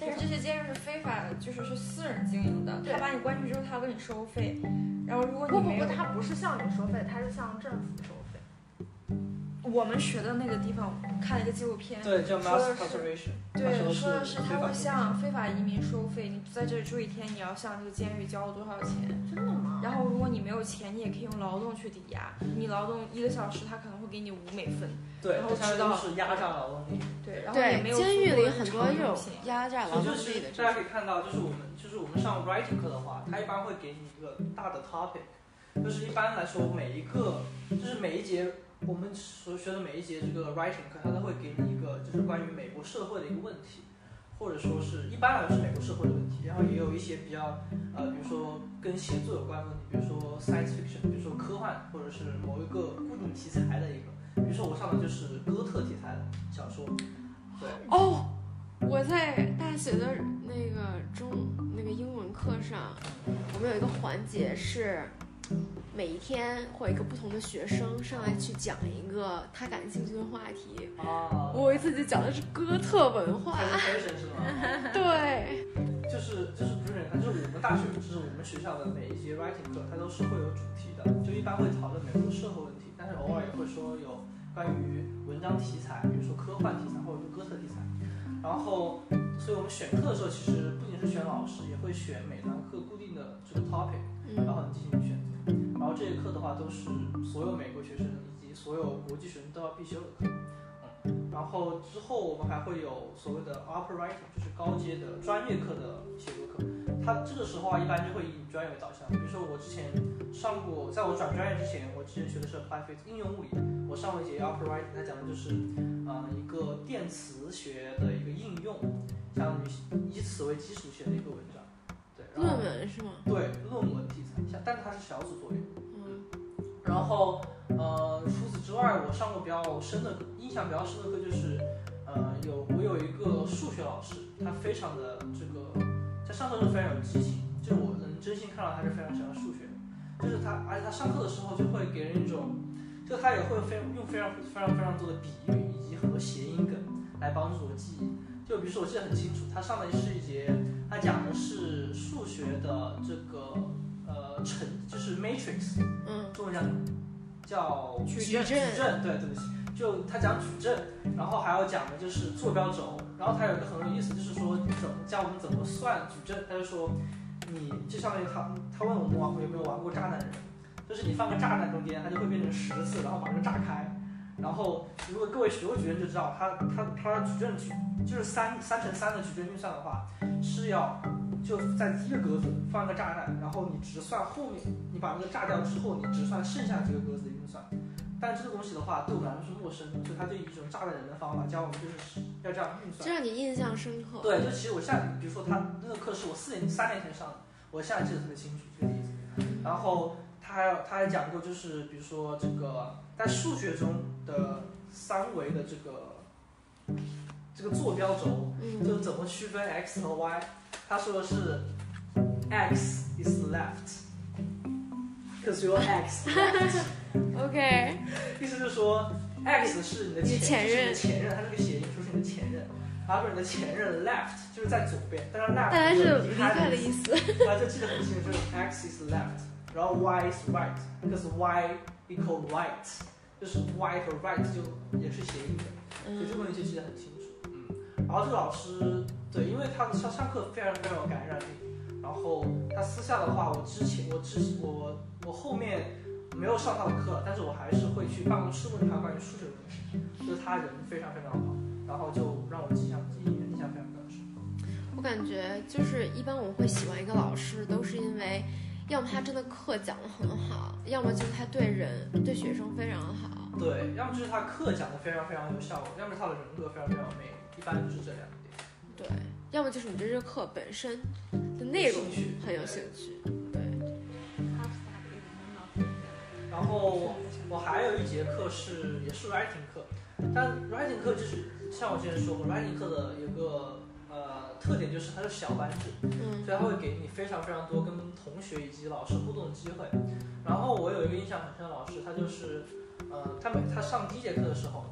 但是这些监狱是非法的，就是是私人经营的，对他把你关进去之后，他要跟你收费，然后如果你不不没有不，，它不是向你收费，它是向政府收费。我们学的那个地方看了一个纪录片，对，叫说 mass 的是 conservation，它对，说的的是非他法会的向非法移民收费，你在这里住一天，你要向这个监狱交多少钱？真的吗？然后如果你没有钱，你也可以用劳动去抵押，你劳动一个小时，他可能会给你五美分。对，然后它相当于就是压榨劳动力。对，然后也对没，有监狱里很多这这种压榨所劳以动就力是的大家这可种，以看到，就是我们就是我们上 writing 课的话，它一般会给你一个大的 topic，就是一般来说每一个就是每一节我们所学的每一节这个 writing 课，它都会给你一个就是关于美国社会的一个问题，或者说是一般来说是美国社会的问题，然后也有一些比较呃，比如说跟写作有关的问题，比如说 science fiction，比如说科幻，或者是某一个固定题材的一个。比如说我上的就是哥特题材的小说，对，哦，我在大学的那个中那个英文课上，我们有一个环节是。每一天会有一个不同的学生上来去讲一个他感兴趣的话题。啊，我有一次就讲的是哥特文化， presentation 是吗？对，就是就是不是人，就是我们大学，就是我们学校的每一节 writing 课，它都是会有主题的，就一般会讨论美国社会问题，但是偶尔也会说有关于文章题材，比如说科幻题材或者是哥特题材。然后，所以我们选课的时候，其实不仅是选老师，也会选每堂课固定的这个 topic，然嗯，后你进行选择。然后这些课的话，都是所有美国学生以及所有国际学生都要必修的课。嗯，然后之后我们还会有所谓的 upper writing，就是高阶的专业课的写作课。它这个时候啊，一般就会以专业为导向。比如说我之前上过，在我转专业之前，我之前学的是 applied physics 应用物理，我上过一节 upper writing，它讲的就是呃一个电磁学的一个应用，相当于以此为基础写的一个文章。对，然后论文是吗？对论文题材，像但是它是小组作业。嗯，然后呃，除此之外，我上过比较深的印象比较深的课就是，呃，有我有一个数学老师，他非常的这个在上课的时候非常有激情，就是我能真心看到他是非常喜欢数学的，就是他而且他上课的时候就会给人一种，就他也会非用非常非常非常多的比喻以及很多谐音梗来帮助我记忆。就比如说，我记得很清楚，他上的是一节，他讲的是数学的这个呃乘，就是 matrix，嗯，中文叫叫矩阵矩阵，对，对不起，就他讲矩阵，然后还要讲的就是坐标轴，然后他有一个很有意思，就是说怎么教我们怎么算矩阵，他就说你就相当于他他问我们玩过有没有玩过炸弹人，就是你放个炸弹中间，它就会变成十次，然后把这个炸开。然后，如果各位学过矩阵就知道，它它它矩阵矩就是三三乘三的矩阵运算的话，是要就在第一个格子放一个炸弹，然后你只算后面，你把那个炸掉之后，你只算剩下几个格子的运算。但这个东西的话，对我们来说是陌生的，所以它就以一种炸弹人的方法教我们，就是要这样运算这。让你印象深刻。对，就其实我现在，比如说他那个课是我四年三年前上的，我现在记得特别清楚这个例子。然后他还有他还讲过，就是比如说这个在数学中的三维的这个这个坐标轴，嗯，就是怎么区分 x 和 y。他说的是 x is left，cause your x is left。 OK，意思就是说，X 是你的你前任就是你的前任，它是个谐音，说是你的前任。然后说你的前任 left 就是在左边，但是 left 大家是就离离开开的的意思。思。大家就记得很清楚，就是 X is left，然后 Y is right，because Y equal right，就是 Y 和 right 就也是谐音的，所以这个嗯东西就记得很清楚。嗯然后这个老师，对，因为他上上课非常非常有感染力，然后他私下的话，我之前我之我我后面没有上他的课，但是我还是会去办公室问他关于数学的问题，就是他人非常非常好，然后就让我印象印象非常非常深。我感觉就是一般我会喜欢一个老师，都是因为，要么他真的课讲得很好，要么就是他对人对学生非常好。对，要么就是他课讲的非常非常有效果，要么是他的人格非常非常有魅力，一般就是这两点。对，要么就是你对这个课本身的内容兴趣很有兴趣。然后我还有一节课是也是 writing 课，但 writing 课就是像我之前说过，writing 课的有个呃特点就是它是小班制，嗯所以它会给你非常非常多跟同学以及老师互动的机会。然后我有一个印象很深的老师，他就是，呃，他每他上第一节课的时候，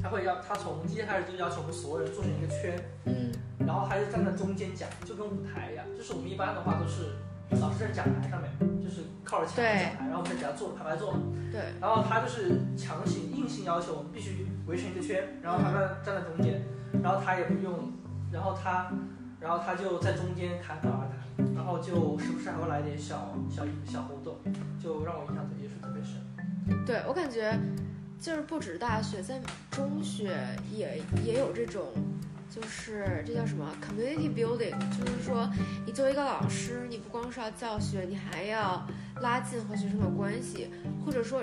他会要他从第一节开始就要求我们所有人做成一个圈，嗯然后他就站在中间讲，就跟舞台一样，就是我们一般的话都是老师在讲台上面，就是靠着墙的讲台，然后我们在底下坐排排坐，对，然后他就是强行硬性要求我们必须围成一个圈，然后他站站在中间，然后他也不用，然后他，然后他就在中间侃侃而谈，啊然后就时不时还会来点小小小互动，就让我印象特也是特别深。对我感觉就是不止大学，在中学也也有这种，就是这叫什么 community building，就是说你作为一个老师，你不光是要教学，你还要拉近和学生的关系，或者说。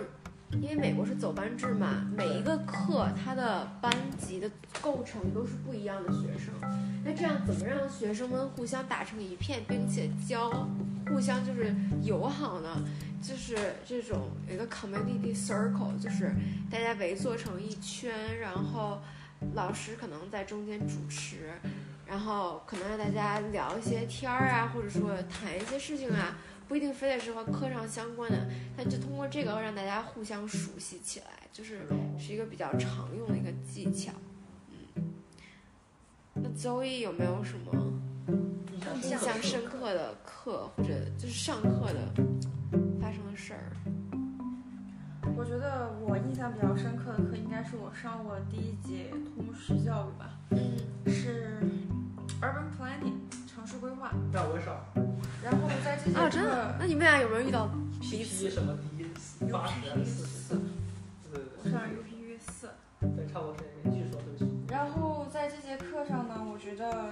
因为美国是走班制嘛，每一个课它的班级的构成都是不一样的学生。那这样怎么让学生们互相打成一片，并且交互相就是友好呢？就是这种有一个 community circle，就是大家围坐成一圈，然后老师可能在中间主持，然后可能让大家聊一些天儿啊，或者说谈一些事情啊，不一定非得是和课上相关的，但就通过这个让大家互相熟悉起来，就是是一个比较常用的一个技巧。嗯，那周易有没有什么印印象深刻象的是深刻的课，或者就是上课的发生的事儿？我觉得我印象比较深刻的课应该是我上过第一节通识教育吧，嗯是 urban planning 城市规划。那我也上然后在这节课、啊，真嗯的？那你们俩有没有遇到彼 P 此 P 什么第一八十还 UPU 是啊四十？四，啊对我对啊上 UPU 四。对，对差不多是。你继续说，对不起。然后在这节课上呢，我觉得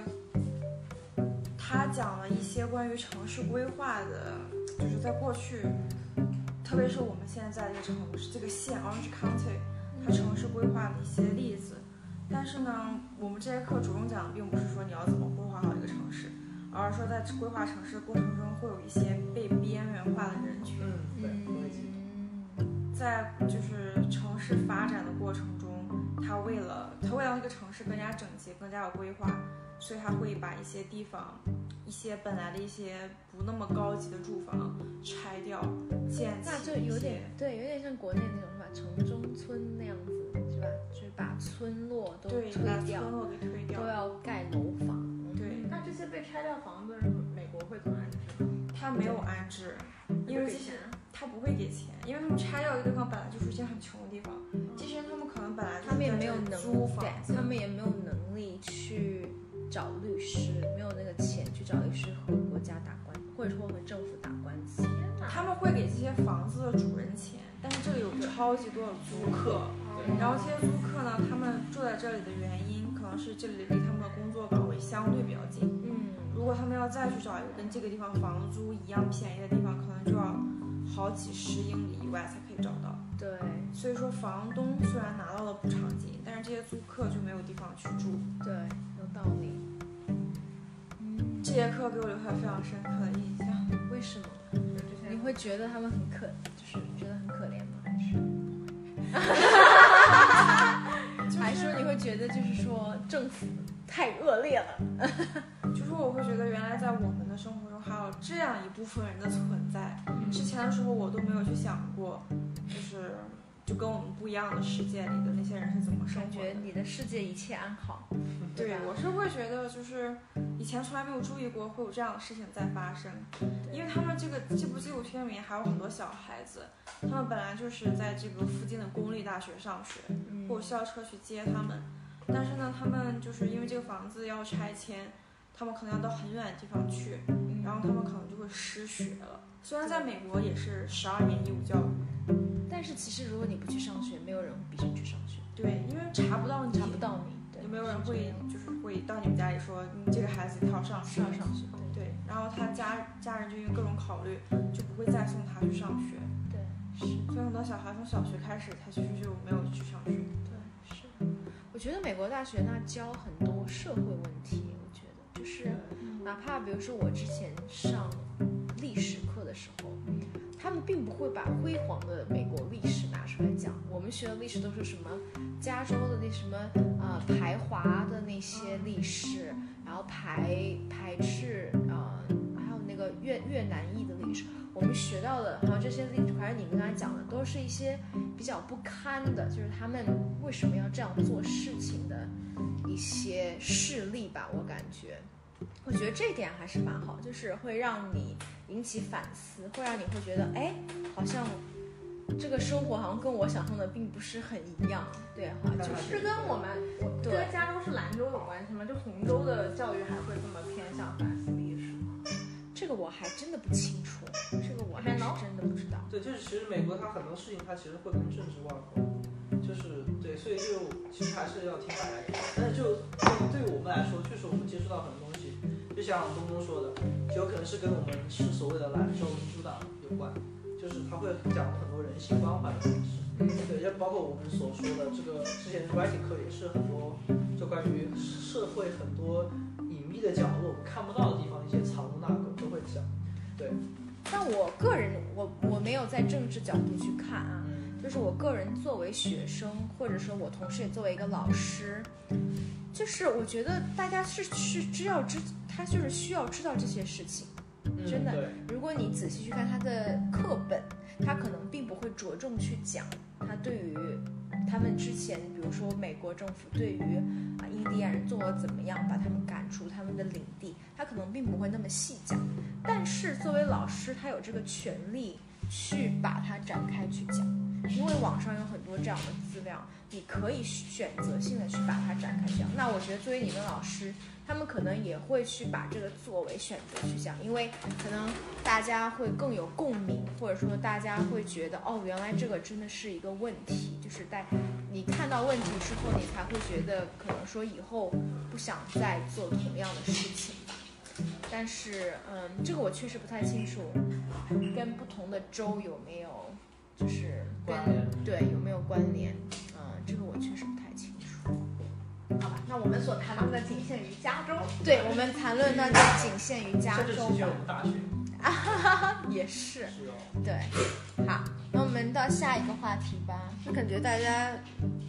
他讲了一些关于城市规划的，就是在过去，特别是我们现在在这个城市这个县 Orange County，它城市规划的一些例子。但是呢，我们这节课着重讲的并不是说你要怎么规划好一个城市，而是说在规划城市的过程中会有一些被边缘化的人群。嗯，对，我也记得。在就是城市发展的过程中，他为了他为了让这个城市更加整洁、更加有规划，所以他会把一些地方、一些本来的一些不那么高级的住房拆掉，建起那就一有些点对，有点像国内那种是吧？城中村那样子是吧？就是把村落都对把推掉啊村，落给推掉都，要盖楼房。对那这些被拆掉房子，美国会怎么安置嗯呢？他没有安置，因为会给这些钱他不会给钱，因为他们拆掉一个地方本来就是一件很穷的地方，这些人他们可能本来就嗯他们也在没有这里能租房对，子他们也没有能力去找律师，没有那个钱去找律师和国家打官，或者说和政府打官司。天哪！他们会给这些房子的主人钱，但是这里有超级多的租客，对然后这些租客呢，他们住在这里的原因，可能是这里离他们的工作岗位相对比较近。嗯，如果他们要再去找一个跟这个地方房租一样便宜的地方，可能就要好几十英里以外才可以找到。对，所以说，房东虽然拿到了补偿金，但是这些租客就没有地方去住。对，有道理。嗯，这节课给我留下非常深刻的印象。为什么就这些你会觉得他们很可，就是觉得很可怜吗？还是？还说你会觉得就是说政府太恶劣了，就是我会觉得，原来在我们的生活中还有这样一部分人的存在。嗯之前的时候我都没有去想过，就是就跟我们不一样的世界里的那些人是怎么生感活觉的。你的世界一切安好。对吧，我是会觉得，就是以前从来没有注意过会有这样的事情在发生，因为他们这个这部纪录片里面还有很多小孩子，他们本来就是在这个附近的公立大学上学，嗯或者校车去接他们。但是呢，他们就是因为这个房子要拆迁，他们可能要到很远的地方去，嗯然后他们可能就会失学了。虽然在美国也是十二年义务教育，但是其实如果你不去上学，没有人会逼着你去上学，对，因为查不到你，查不，到你，对也，没有人会就是会到你们家里说你这个孩子一定要上学需要，上学，对对，然后他家家人就因为各种考虑，就不会再送他去上学。对是。所以很多小孩从小学开始，他其实就没有去上学。对，是。我觉得美国大学那教很多社会问题，我觉得就是哪怕比如说我之前上历史课的时候，他们并不会把辉煌的美国历史拿出来讲，我们学的历史都是什么加州的那什么呃排华的那些历史，然后排排斥啊、呃，还有那个越越南裔的历史。我们学到的，好像这些历史，还是你们刚才讲的，都是一些比较不堪的，就是他们为什么要这样做事情的一些事例吧，我感觉。我觉得这点还是蛮好，就是会让你引起反思，会让你会觉得，哎，好像这个生活好像跟我想象的并不是很一样，对哈、就就是是跟我们我这个对加州是兰州有关系吗？就红州的教育还会这么偏向反思历史吗？这个我还真的不清楚，这个我还是真的不知道。对，就是其实美国它很多事情它其实会跟政治挂钩，就是对，所以就其实还是要听大家讲。但是就对对我们来说，确实我们接触到很多东西，就像东东说的，有可能是跟我们是所谓的兰州民主党有关，就是他会讲很多人性关怀的东西。对，就包括我们所说的这个之前 writing 课也是很多，就关于社会很多隐秘的角落我们看不到的地方，一些藏龙纳狗都会讲。但我个人，我我没有在政治角度去看啊，就是我个人作为学生，或者说我同时也作为一个老师，就是我觉得大家是是知道知，他就是需要知道这些事情。嗯，真的对。如果你仔细去看他的课本，他可能并不会着重去讲他对于啊他们之前，比如说美国政府对于啊印第安人做了怎么样，把他们赶出他们的领地，他可能并不会那么细讲。但是作为老师，他有这个权利去把它展开去讲，因为网上有很多这样的资料，你可以选择性的去把它展开讲。那我觉得作为你们老师，他们可能也会去把这个作为选择去讲，因为可能大家会更有共鸣，或者说大家会觉得哦，原来这个真的是一个问题，就是在你看到问题之后，你才会觉得可能说以后不想再做同样的事情吧。但是，嗯，这个我确实不太清楚，跟不同的州有没有就是跟关联对有没有关联，嗯，这个我确实不太清楚。好吧，那我们所谈论的仅限于加州。对我们谈论到就仅限于加甚至州只有我吧，们大学也是是哦。对。好，那我们到下一个话题吧，我感觉大家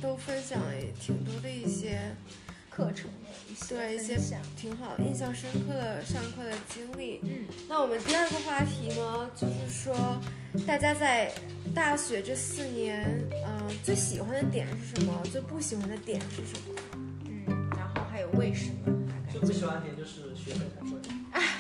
都分享了挺多的一些课程的一些对一些分享挺好、印象深刻的上课的经历。嗯，那我们第二个话题呢，就是说大家在大学这四年，嗯、最喜欢的点是什么？最不喜欢的点是什么？嗯，然后还有为什么？大概最不喜欢的点就是学费太贵，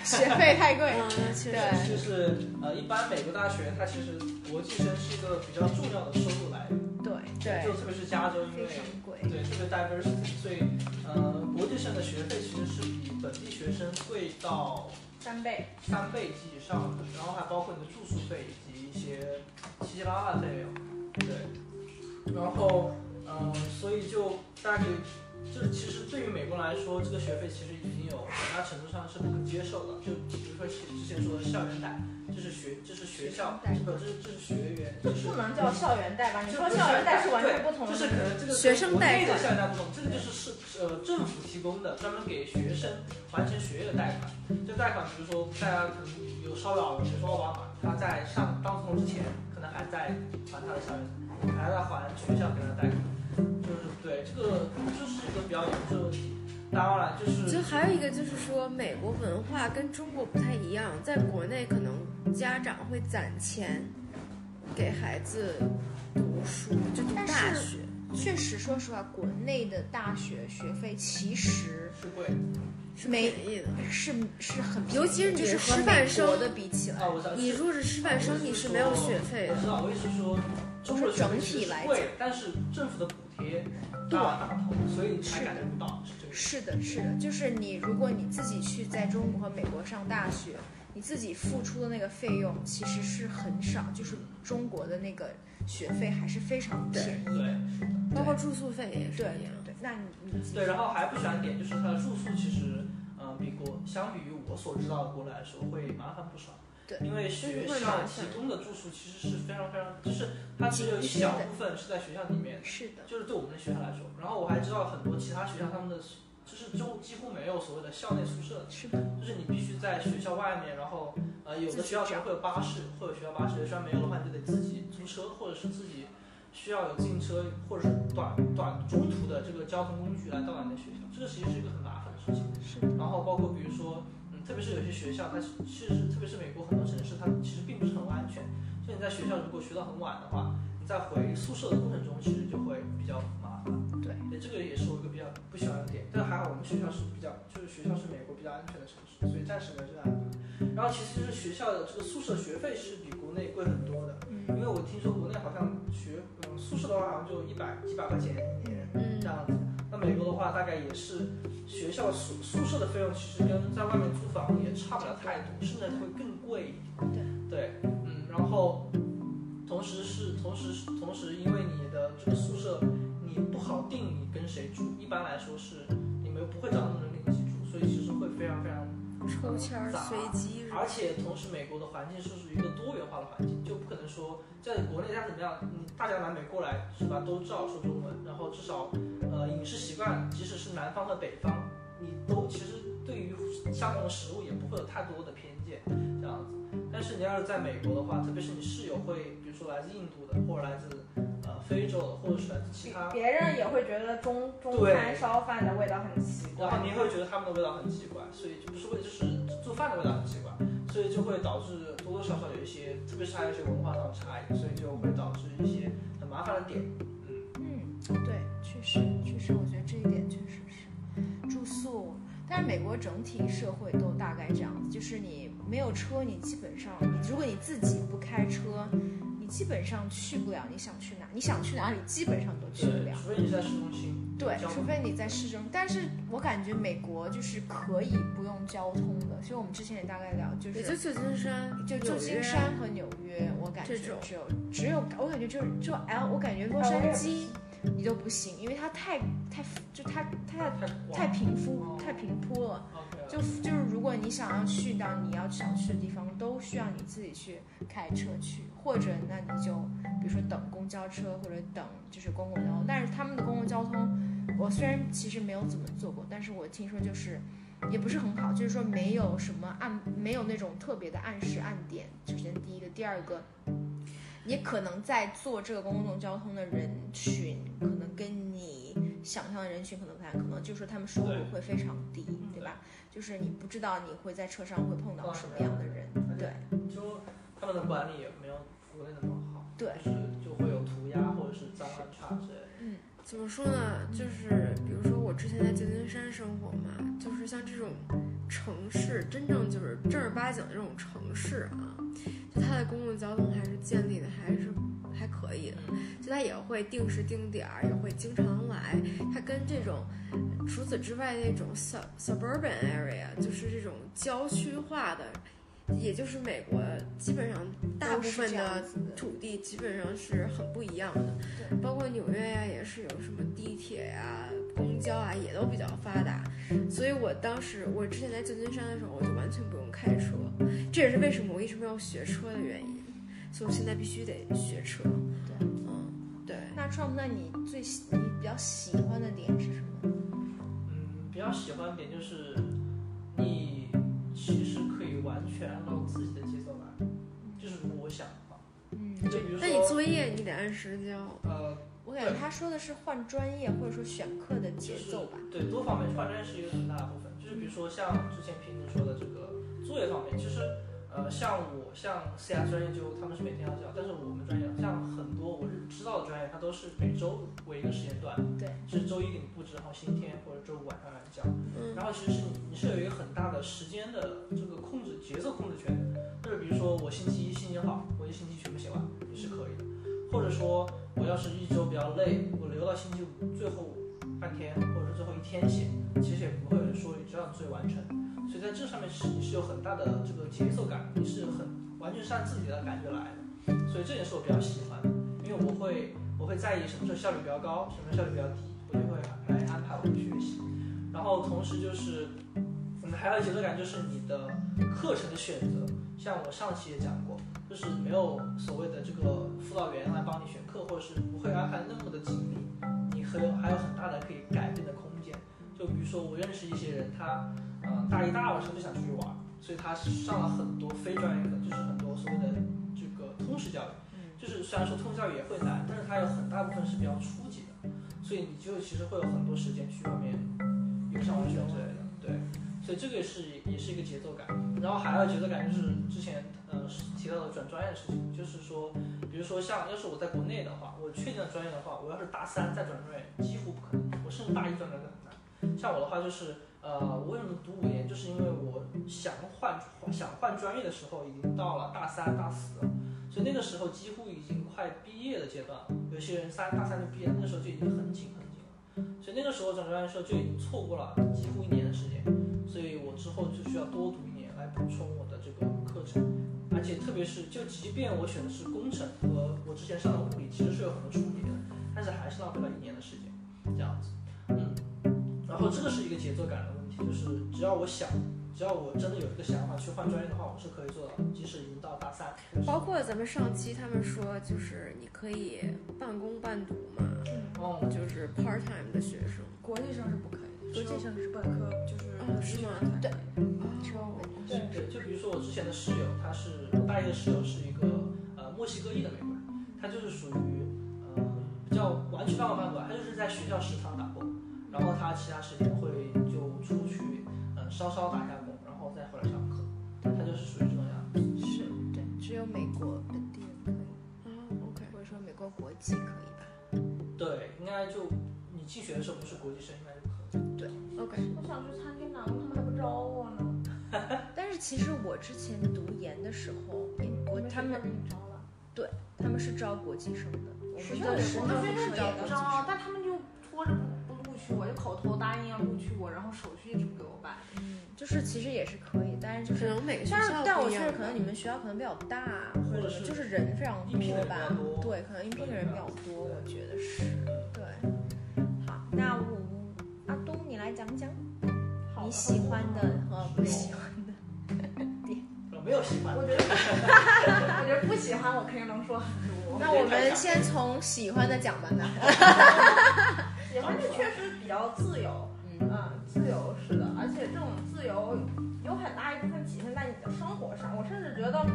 学费太贵。嗯，那确实对就是呃，一般美国大学它其实国际生是一个比较重要的收入来源，对对，就特别是加州，因非为常贵。对特别 diversity，所以呃，国际生的学费其实是比本地学生贵到三倍，三倍及以上的，然后还包括你的住宿费以及一些稀稀拉拉的费用，对，然后嗯、呃所以就大概这其实对于美国来说，这个学费其实已经有很大程度上是不可接受的，就比如说之前说的校园贷，这是学这是学校，这个这是这是学员，这是不能叫校园贷吧？你这说不是校园贷是完全对不同的东就是西。可能这个学生贷款贷校园贷不同，这个就是是呃政府提供的，专门给学生完成学业的贷款。这贷款，比如说大家可能有稍微耳闻，比如说奥巴马，他在上当总统之前，可能还在还他的校园，还在还学校给他的贷款，就是对这个就是一个比较严重的问题。当然了，就是就还有一个就是说，美国文化跟中国不太一样，在国内可能家长会攒钱给孩子读书，就读但是大学。确实，说实话，国内的大学学费其实是贵是没便宜的。是是很便宜的，尤其是你就是和师范美生国的比起来啊，，我知道。你如果是师范生，你是没有学费我知的。道，我一直说，中国的学费其实是整体来贵讲，但是政府的补贴大打头，所以你才感觉不到，是这个意思。是的，是的，就是你如果你自己去在中国和美国上大学，你自己付出的那个费用其实是很少，就是中国的那个学费还是非常便宜的。对包括住宿费也是对一样。对，那你你自己对，然后还不喜欢点就是它的住宿，其实嗯，比国相比于我所知道的国来说会麻烦不少。对因为学校提供的住宿其实是非常非常，就是它只有一小部分是在学校里面的，是的，就是对我们的学校来说。然后我还知道很多其他学校他们的就是中几乎没有所谓的校内宿舍，是的，就是你必须在学校外面，然后呃，有的学校可能会有巴士，会有学校巴士，有的学校没有的话，你就得自己租车，或者是自己需要有自行车，或者是短短中途的这个交通工具来到达你的学校，这个其实是一个很麻烦的事情。是然后包括比如说，嗯，特别是有些学校，它其其实特别是美国很多城市，它其实并不是很安全。就你在学校如果学到很晚的话，你在回宿舍的过程中，其实就会比较麻烦。对，对，这个也是我一个比较不喜欢的点。但还好我们学校是比较，就是学校是美国比较安全的城市，所以暂时没有这样的。然后其实是学校的这个宿舍学费是比国内贵很多的，因为我听说国内好像学嗯宿舍的话好像就一百几百块钱一年嗯这，样子。那美国的话大概也是学校宿宿舍的费用其实跟在外面租房也差不了太多，甚至会更贵一点。对，嗯，然后同时是同时是同时因为你的这个宿舍你不好定你跟谁住，一般来说是你们不会找那么多人跟你一起住，所以其实会非常非常抽签儿随机是吧而且同时，美国的环境是属于一个多元化的环境，就不可能说在国内大家怎么样，你大家南北过来是吧，都知道说中文，然后至少呃饮食习惯，即使是南方和北方，你都其实对于相同的食物也不会有太多的偏见这样子。但是你要是在美国的话，特别是你室友会，比如说来自印度的，或者来自呃非洲的，或者是来自其他别人也会觉得中中对餐烧饭的味道很奇怪然。后你会觉得他们的味道很奇怪，所以就不是味，就是做饭的味道很奇怪，所以就会导致多多少少有一些，特别是还有一些文化上的差异，所以就会导致一些很麻烦的点。嗯，嗯，对，确实确实，我觉得这一点确实是住宿。但是美国整体社会都大概这样子，就是你没有车，你基本上，你如果你自己不开车，你基本上去不了你想去哪，你想去哪里基本上都去不对，了。除非你在市中心，对，交通除非你在市中，但是我感觉美国就是可以不用交通的，所以我们之前也大概聊，就也就是旧金山、就旧金山和纽约，我感觉这种只有只有我感觉就是就 L，我感觉洛杉矶你都不行，因为它太太就它太它广啊太平铺哦太平铺了， OK 了就就是如果你想要去到你要想去的地方，都需要你自己去开车去，或者那你就比如说等公交车或者等就是公共交通，但是他们的公共交通，我虽然其实没有怎么坐过，但是我听说就是也不是很好，就是说没有什么按没有那种特别的按时按点，首先第一个，第二个。也可能在坐这个公共交通的人群，可能跟你想象的人群可能不太，可能就是说他们收入对会非常低，对对吧？就是你不知道你会在车上会碰到什么样的人，对就他们的管理也没有国内那么好，对，就是就会有涂鸦或者是脏乱差之类的。怎么说呢？就是比如说我之前在旧金山生活嘛，就是像这种城市，真正就是正儿八经的这种城市啊，就它的公共交通还是建立的还是还可以的，就它也会定时定点儿，也会经常来。它跟这种除此之外那种 sub suburban area，就是这种郊区化的。也就是美国基本上大部分的土地基本上是很不一样的，包括纽约呀、也是有什么地铁呀、公交啊，也都比较发达。所以我当时我之前在旧金山的时候，我就完全不用开车，这也是为什么我一直没有学车的原因。所以我现在必须得学车。对。嗯，对。那 Trump，那你最喜你比较喜欢的点是什么？嗯，比较喜欢的点就是，你其实可以完全按照自己的节奏来，就是如果我想的话，嗯，就比如那你说作业你得按时交，呃我感觉他说的是换专业或者说选课的节奏吧。对，多方面换专业是一个很大的部分，就是比如说像之前平子说的这个作业方面，其实呃，像我像 CS 专业就他们是每天要交，但是我们专业像很多我是知道的专业，它都是是每周为一个时间段，对，是周一给你布置，然后星期天或者周五晚上来教。嗯然后其实是你你是有一个很大的时间的这个控制节奏控制权，就是比如说我星期一、星期二好，我一星期全部写完也是可以的，或者说我要是一周比较累，我留到星期五最后半天或者是最后一天写，其实也不会有人说你这样最完成。所以在这上面是你是有很大的这个节奏感，你是很完全是按自己的感觉来的，所以这也是我比较喜欢的，因为我会我会在意什么时候效率比较高，什么时候效率比较低，我就会来安排我的学习。然后同时就是，嗯，还有节奏感就是你的课程的选择，像我上期也讲过，就是没有所谓的这个辅导员来帮你选课，或者是不会安排那么的紧密，你很有还有很大的可以改变的空间。就比如说我认识一些人，他嗯大一大二的时候就想出去玩，所以他上了很多非专业课，就是很多所谓的这个通识教育，就是虽然说通识教育也会难，但是它有很大部分是比较初级的，所以你就其实会有很多时间去外面有上完全之类的，啊对，所以这个也是也是一个节奏感。然后还有节奏感就是之前呃提到的转专业的事情，就是说，比如说像要是我在国内的话，我确定了专业的话，我要是大三再转专业几乎不可能，我甚至大一转专业都很难。像我的话就是呃，我为什么读五年，就是因为我想换想换专业的时候已经到了大三大四了。所以那个时候几乎已经快毕业的阶段了，有些人三大三就毕业，那时候就已经很紧很紧了。所以那个时候转专业的时候就已经错过了几乎一年的时间，所以我之后就需要多读一年来补充我的这个课程，而且特别是就即便我选的是工程和我之前上的物理其实是有很多重叠的，但是还是浪费了一年的时间，这样子，嗯，然后这个是一个节奏感的问题，就是只要我想。只要我真的有这个想法去换专业的话，我是可以做到的，即使已经到大三。就是包括咱们上期他们说，就是你可以半工半读嘛，哦，就是 part time 的学生。国际生是不可以的，国际生上是不本可科以。就是哦是吗对哦，对对，就比如说我之前的室友，他是我大一的室友是一个呃墨西哥裔的美国人，他就是属于呃比较完全半工半读，啊他就是在学校食堂打工，然后他其他时间会就出去呃稍稍打一下工，然后再回来上课，他就是属于这种样子。是，对，只有美国本地人可以，哦，OK，或者说美国国籍可以吧？对，应该就你进学的时候不是国际生，应该就可以。 OK，我想去参军南路，他们还不招我呢。但是其实我之前读研的时候，也国他们给你招了，他们是招国际生的，我学们校的也时我候们不学是校招也国不际招生，，啊但他们就拖着不不录取我，就口头答应要录取我，然后手续一直不给我办。嗯，就是其实也是可以，但是就可是。能每个学但是校，但我确实可能你们学校可能比较大，或或者者是就是人非常应聘的人多比吧较多，对，可能应聘的人比较多，我觉得是，对。好，那我阿东你来讲讲你喜欢的和不喜欢我 没有喜欢的，我觉得，我觉得不喜欢我肯定能 说很多。那我们先从喜欢的讲吧，那喜欢就确实比较自由，嗯嗯，自由是的，而且这种自由有很大一部分体现在你的生活上。我甚至觉得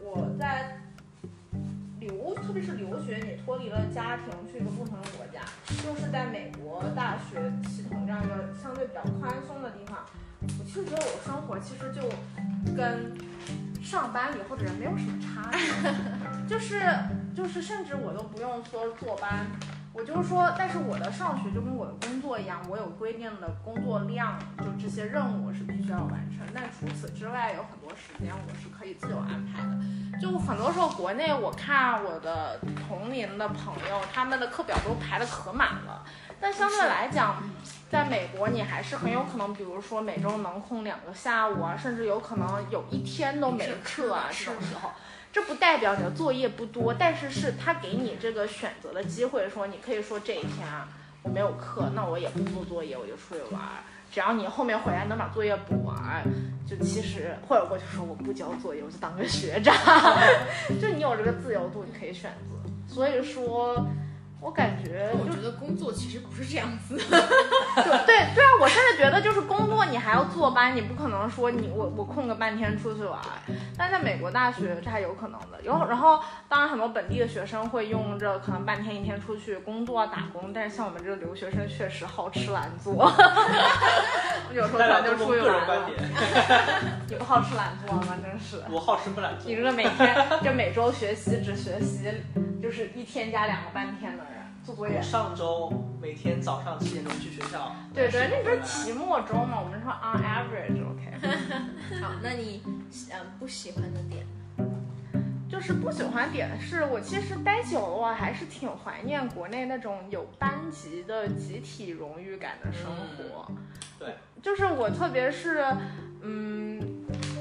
我在留，特别是留学，你脱离了家庭去一个不同的国家，就是在美国大学系统这样一个相对比较宽松的地方，我就觉得我生活其实就跟上班以后的人没有什么差别， 就是就是甚至我都不用说坐班。我就是说，但是我的上学就跟我的工作一样，我有规定的工作量，就这些任务我是必须要完成。但除此之外，有很多时间我是可以自由安排的。就很多时候国内，我看我的同龄的朋友，他们的课表都排的可满了，但相对来讲，在美国你还是很有可能，比如说每周能空两个下午啊，甚至有可能有一天都没课啊，这种时候。这不代表你的作业不多，但是是他给你这个选择的机会，说你可以说这一天啊我没有课，那我也不做作业，我就出去玩儿。只要你后面回来能把作业补完，就其实或者我就说我不交作业，我就当个学渣， 就你有这个自由度，你可以选择。所以说，我感觉我觉得工作其实不是这样子，对对对啊，我甚至觉得就是工作你还要坐班，你不可能说你我我空个半天出去玩儿。但在美国大学这还有可能的，有然后当然很多本地的学生会用这可能半天一天出去工作啊打工，但是像我们这个留学生确实好吃懒做， 有时候代可能表就出公众去个人玩观了。点，你不好吃懒做吗？真是。我好吃不懒做你。这个每天这每周学习只学习就是一天加两个半天的人，做作业。上周每天早上七点钟去学校，对对，那不不是期末周嘛，我们说 on average OK，好，那你嗯不喜欢的点，就是不喜欢点是我其实待久了，我还是挺怀念国内那种有班级的集体荣誉感的生活。对，就是我特别是嗯，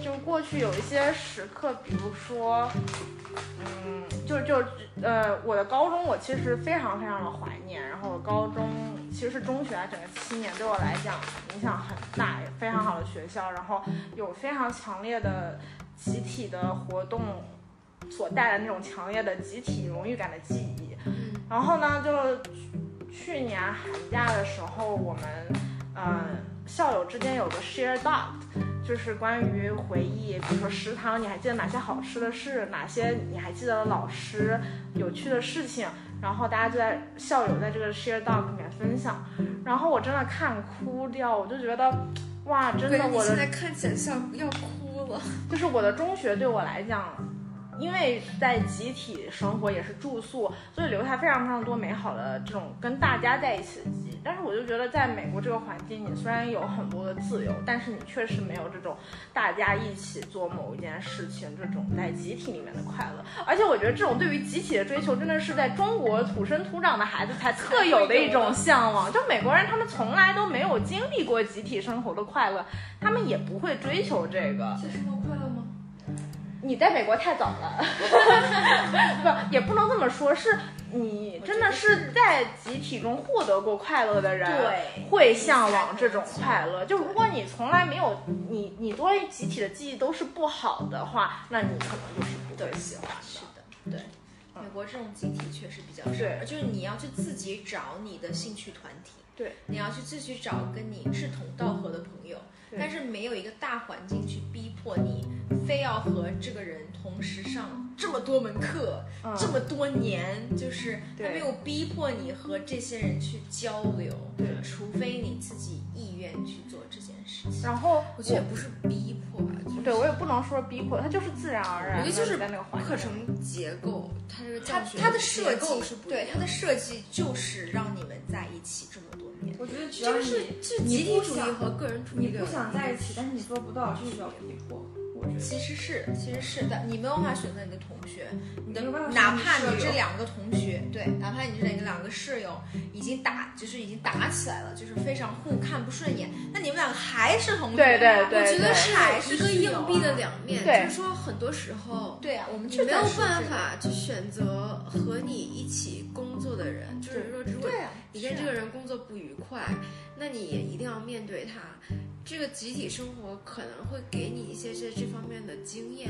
就过去有一些时刻，比如说嗯，就就呃，我的高中我其实非常非常的怀念，然后我高中其实是中学啊，整个七年对我来讲影响很大，也非常好的学校，然后有非常强烈的集体的活动所带来那种强烈的集体荣誉感的记忆。然后呢，就去年寒假的时候，我们呃校友之间有个 share doc。就是关于回忆，比如说食堂，你还记得哪些好吃的事，哪些你还记得的老师，有趣的事情，然后大家就在校友在这个 share doc 里面分享，然后我真的看哭掉，我就觉得，哇，真的对，你我的现在看起来像要哭了。就是我的中学对我来讲，因为在集体生活也是住宿，所以留下非常非常多美好的这种跟大家在一起的记忆。但是我就觉得，在美国这个环境，你虽然有很多的自由，但是你确实没有这种大家一起做某一件事情这种在集体里面的快乐。而且我觉得，这种对于集体的追求，真的是在中国土生土长的孩子才特有的一种向往。 就美国人，他们从来都没有经历过集体生活的快乐，他们也不会追求这个。这生活快乐吗？你在美国太早 了，不也不能这么说，是你真的是在集体中获得过快乐的人，对，会向往这种快乐。就如果你从来没有你你对集体的记忆都是不好的话，那你可能就是不会喜欢是的。的，对。嗯美国这种集体确实比较少对，就是你要去自己找你的兴趣团体，对，你要去自己找跟你志同道合的朋友，对但是没有一个大环境去逼迫你，非要和这个人同时上这么多门课，嗯这么多年，就是他对没有逼迫你和这些人去交流，对除非你自己意愿去做这件事情。然后我觉得也不是逼迫啊吧，就是对我也不能说逼迫，它就是自然而然我的觉得就是在那个环课境。程结构，它这个它教学它的结设构计是不一样对它的设计就是让你们在一起这么多年。我觉得只这要个你是是你集体不主义想和个人主你义的，不想在一起，但是你做不到，这就叫逼迫。我觉得其实是，其实是的，你没有办法选择你的同学，你的没有办法选择哪怕你你舍这友两个同学，对，哪怕你这两个两个室友已经打，就是已经打起来了，就是非常互看不顺眼，那你们两个还是同学，对对我对我觉觉得得是还是是一个室友硬币的啊，两面，对就是说很多时候对啊，我们你就没在有说办这个，法去选择和你一起工作的人，就是说如果对啊，你跟是这啊个人工作不愉快，那你也一定要面对他。这个集体生活可能会给你一些这这方面的经验，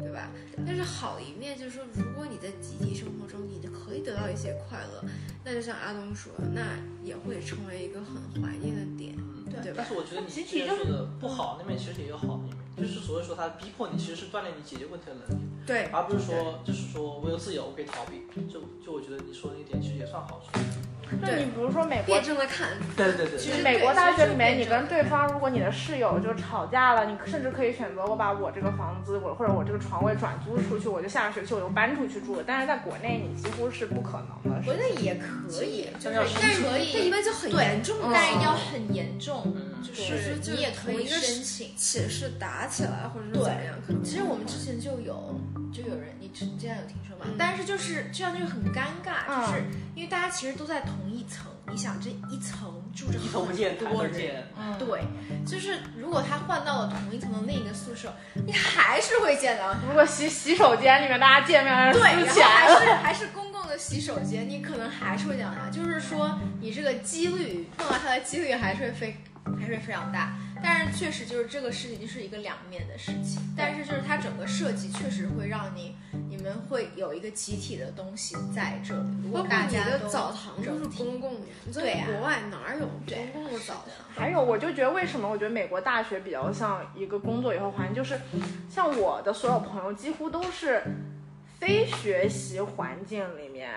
对吧？但是好的一面就是说，如果你在集体生活中，你可以得到一些快乐，那就像阿东说，那也会成为一个很怀念的点。嗯对吧但是我觉得你之前说的不好那面其实也有好的一面，就是所谓说他逼迫你，其实是锻炼你解决问题的能力，对，而不是说就是说我有自由，我可以逃避。就就我觉得你说的那点其实也算好处。就你比如说美国辩证的看，对对对其实美国对大所学以里就面，你辩证跟对方如果你的室友就吵架了，你甚至可以选择我把我这个房子，我或者我这个床位转租出去，我就下个学期我就搬出去住了。但是在国内，你几乎是不可能的。我觉得也可以，就但要是是但你可但一以，般就很对严重的，但是要很严重，嗯就对是就你是也可同以一个申嗯请。寝室打起来或者说怎么样，可能其实我们之前就有，就有人，你之你之前有听说吗？嗯但是就是这样就很尴尬，嗯就是因为大家其实都在同一层，你想这一层住着一头不见很抬多头人，见，嗯，对，就是如果他换到了同一层的另一个宿舍，你还是会见到，如果洗洗手间里面大家见 面对，撕然起后来还了，是还是公共的洗手间，你可能还是会见到他，就是说你这个几率碰到他的几率还是会非还是会非常大。但是确实就是这个事情就是一个两面的事情，但是就是它整个设计确实会让你你们会有一个集体的东西在这里，如包果括大你家的都澡堂都是整体公共的，啊你对在呀国外哪有对公共的澡堂？还有，我就觉得为什么我觉得美国大学比较像一个工作以后环境，就是像我的所有朋友几乎都是非学习环境里面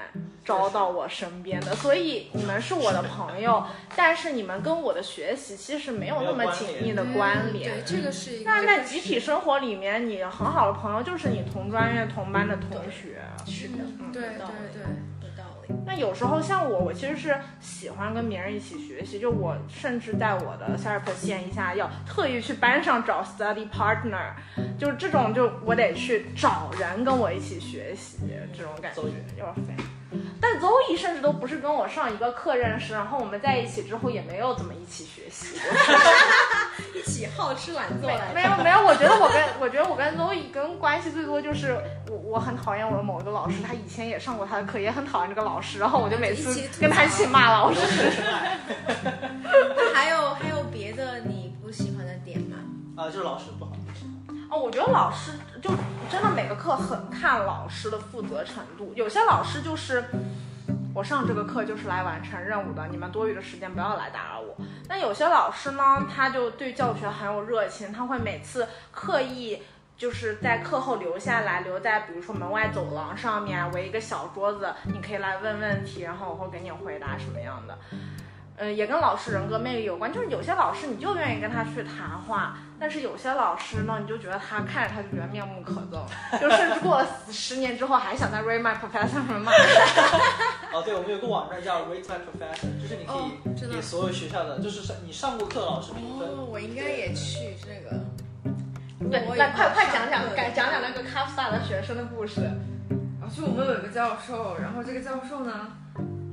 招到我身边的，所以你们是我的朋友，但是你们跟我的学习其实没有那么紧密的关联。对，这个是一个。但是在集体生活里面，你很好的朋友就是你同专业、同班的同学。是的，嗯对有道对理对，有道理。那有时候像我，我其实是喜欢跟别人一起学习，就我甚至在我的 SHARP 线一下要特意去班上找 study partner，就是这种就我得去找人跟我一起学习，这种感觉有点烦。但 Zoe 甚至都不是跟我上一个课认识，然后我们在一起之后也没有怎么一起学习。一起好吃懒做没来没有没有，我觉得我跟我觉得我跟 Zoe 跟关系最多就是我我很讨厌我的某一个老师，他以前也上过他的课，也很讨厌这个老师，然后我就每一次起吐槽跟他一起骂老师。那还有还有别的你不喜欢的点吗？啊，就是老师不好。哦，我觉得老师就真的每个课很看老师的负责程度，有些老师就是。我上这个课就是来完成任务的，你们多余的时间不要来打扰我。那有些老师呢，他就对教学很有热情，他会每次刻意就是在课后留下来，留在比如说门外走廊上面围一个小桌子，你可以来问问题，然后我会给你回答什么样的。呃，也跟老师人格魅力有关，就是有些老师你就愿意跟他去谈话，但是有些老师呢，你就觉得他看着他就觉得面目可憎，就甚至过了十年之后还想在 Read My Professor 上面骂人。哦，对，我们有个网站叫 Rate My Professor，就是你可哦以真的给所有学校的，就是上你上过课的老师评分。哦，我应该也去这个。 对我，也来快快讲上讲课，的讲讲那个 c a f s a 的学生的故事。然啊后就我们有一个教授，然后这个教授呢，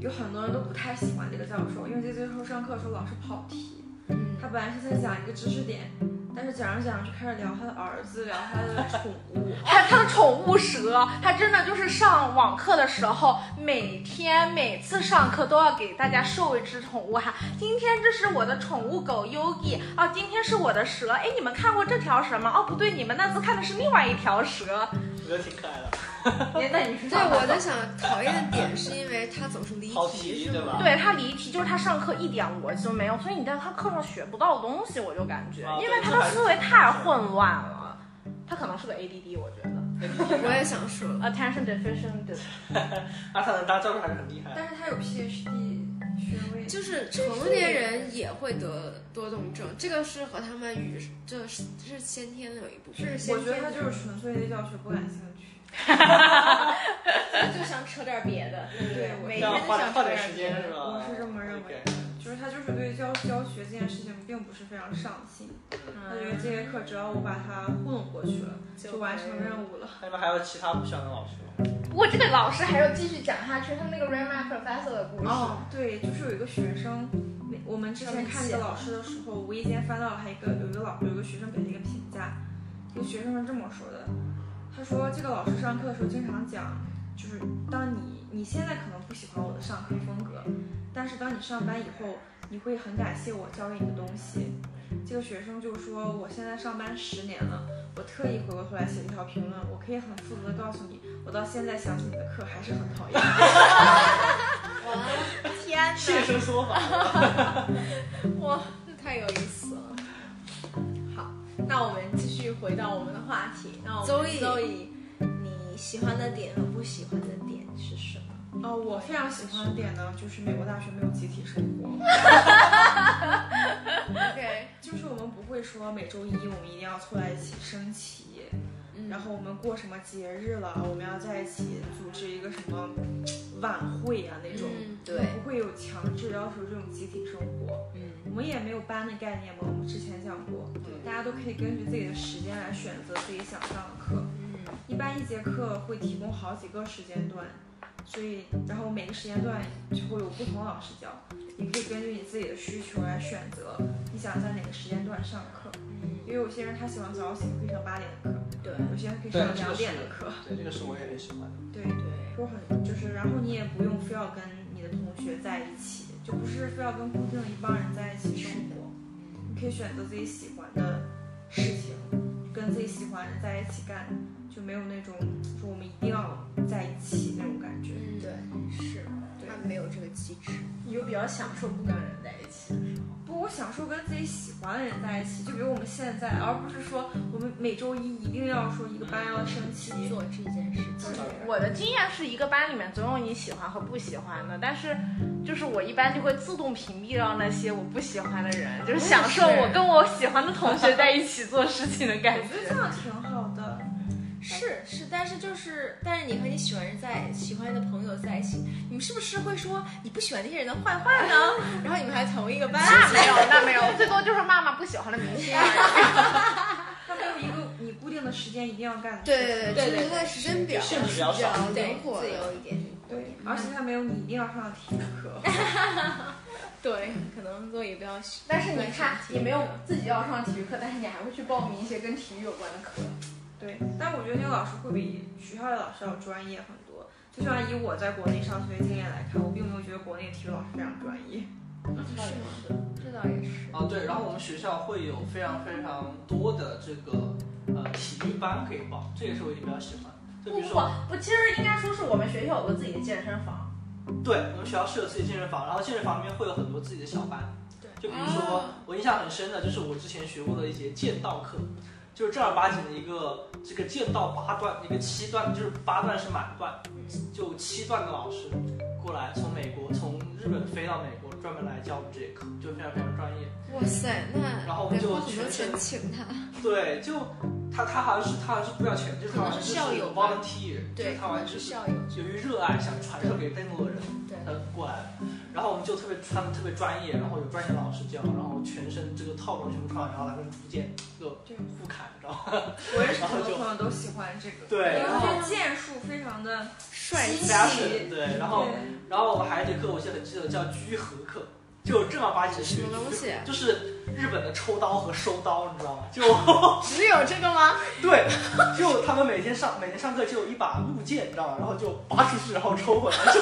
有很多人都不太喜欢这个教授，因为这个教授上课的时候老是跑题。嗯他本来是在讲一个知识点，但是讲着讲着就开始聊他的儿子，聊他的 宠物。他他的宠物蛇，他真的就是上网课的时候，每天每次上课都要给大家授一只宠物哈。今天这是我的宠物狗 Yogi 啊，今天是我的蛇。哎，你们看过这条蛇吗？哦，不对，你们那次看的是另外一条蛇。我觉得挺可爱的，那你是对，我在想讨厌的点是因为他总是离跑题，题是对吗？吧对他离题，就是他上课一点逻辑都没有，所以你在他课上学不到东西，我就感觉啊，因为他的思维太混乱了。他可能是个 ADD，我觉得我也想说， attention deficient dis- 阿他能当教授还是很厉害的。但是他有 PhD 学位，就是成年人也会得多动症，这个是和他们与这是是先天的有一部分。是我先觉得天他的，就是纯粹对教学不感兴趣。 就想扯点别的，对不对我这每天样都花想扯花点点时别间是的。吧？我是这么认为 OK 的。就是他就是对教教学这件事情并不是非常上心，他觉得这节课只要我把它糊弄过去了，就完成任务了。那你们还有其他不喜欢的老师吗？不过这个老师还要继续讲下去，他那个 r a m a Professor 的故事。哦，对，就是有一个学生，那我们之前看这个老师的时候，无意间翻到了他一个有一个老有一个学生给了一个评价，这个学生是这么说的，他说这个老师上课的时候经常讲，就是当你你现在可能不喜欢我的上课风格，但是当你上班以后，你会很感谢我教给你的东西。这个学生就说，我现在上班十年了，我特意回过头来写这条评论，我可以很负责的告诉你，我到现在想起你的课还是很讨厌。天现身说法。哪，哇，这太有意思了。好，那我们继续回到我们的话题。那我们 Zoe 周易，你喜欢的点和不喜欢的点是什么？哦，我非常喜欢的点呢，就是美国大学没有集体生活， OK，就是我们不会说每周一我们一定要凑在一起升旗，然后我们过什么节日了，我们要在一起组织一个什么晚会啊那种，嗯，对，不会有强制要求这种集体生活。嗯，我们也没有班的概念嘛，我们之前讲过，大家都可以根据自己的时间来选择自己想上的课。嗯一般一节课会提供好几个时间段，所以然后每个时间段就会有不同老师教，你可以根据你自己的需求来选择你想在哪个时间段上课。因为有些人他喜欢早起，可以上八点的课；嗯对有些人可以对上这个两是点的课。 对，这个是我也很喜欢的。对，对，说很就是，然后你也不用非要跟你的同学在一起，就不是非要跟固定的一帮人在一起生活，你可以选择自己喜欢的事情，跟自己喜欢的人在一起干，就没有那种说我们一定要在一起那种感觉。嗯对，是，对他没有这个机制。你就比较享受不跟人在一起。不，我享受跟自己喜欢的人在一起，就比如我们现在，而不是说我们每周一一定要说一个班要升旗。做这件事情。我的经验是一个班里面总有你喜欢和不喜欢的，但是就是我一般就会自动屏蔽掉那些我不喜欢的人，就是享受我跟我喜欢的同学在一起做事情的感我觉觉。得这样挺好的，是是，但是就是，但是你和你喜欢人在喜欢的朋友在一起，你们是不是会说你不喜欢那些人的坏话呢？然后你们还同一个班， 那没有，那没 有，最多就是骂骂不喜欢的明星而已。它没有一个你固定的时间一定要干的事对情，对对，对对就是它时间表限制比较比较少对灵活自的。由一点。对，而且它没有你一定要上的体育课。嗯对，可能落也不要喜但是你看，你没有自己要上体育课，但是你还会去报名一些跟体育有关的课。对，但我觉得那个老师会比学校的老师要专业很多。就算以我在国内上学的经验来看，我并没有觉得国内体育老师非常专业。是这倒也是。啊，对，然后我们学校会有非常非常多的这个呃体育班可以报，这也是我比较喜欢。就不不比如不说，，不，其实应该说是我们学校有个自己的健身房。对我们学校是有自己健身房，然后健身房里面会有很多自己的小班。对就比如说我印象很深的就是我之前学过的一节剑道课，就是正儿八经的一个这个剑道八段，一个七段，就是八段是满段，嗯就七段的老师过来从美国从日本飞到美国，专门来教我们这节课，就非常非常专业。哇塞，那然后我得们就花很多全身钱请他。对，就他他好像是他好像是不要钱，就是他好像可能是校友吧 volunteer，就是对，他好像是校友。由于热爱想传授给更多的人，对他就过来了。然后我们就特别穿的特别专业，然后有专业老师教，然后全身这个套装全部穿完，然后来个逐渐就互砍，你知道吗？我认识然后很多就朋友都喜欢这个，对，然因为后这剑术非常的帅气气， fashion 对，然后对然后我还有一节课我记得很记得叫居合课，就正儿八经的什么东西？啊就是日本的抽刀和收刀，你知道吗？就。 只有这个吗？ 对，就他们每天上每天上课就有一把木剑，你知道吗？然后就拔出去，然后抽回来。就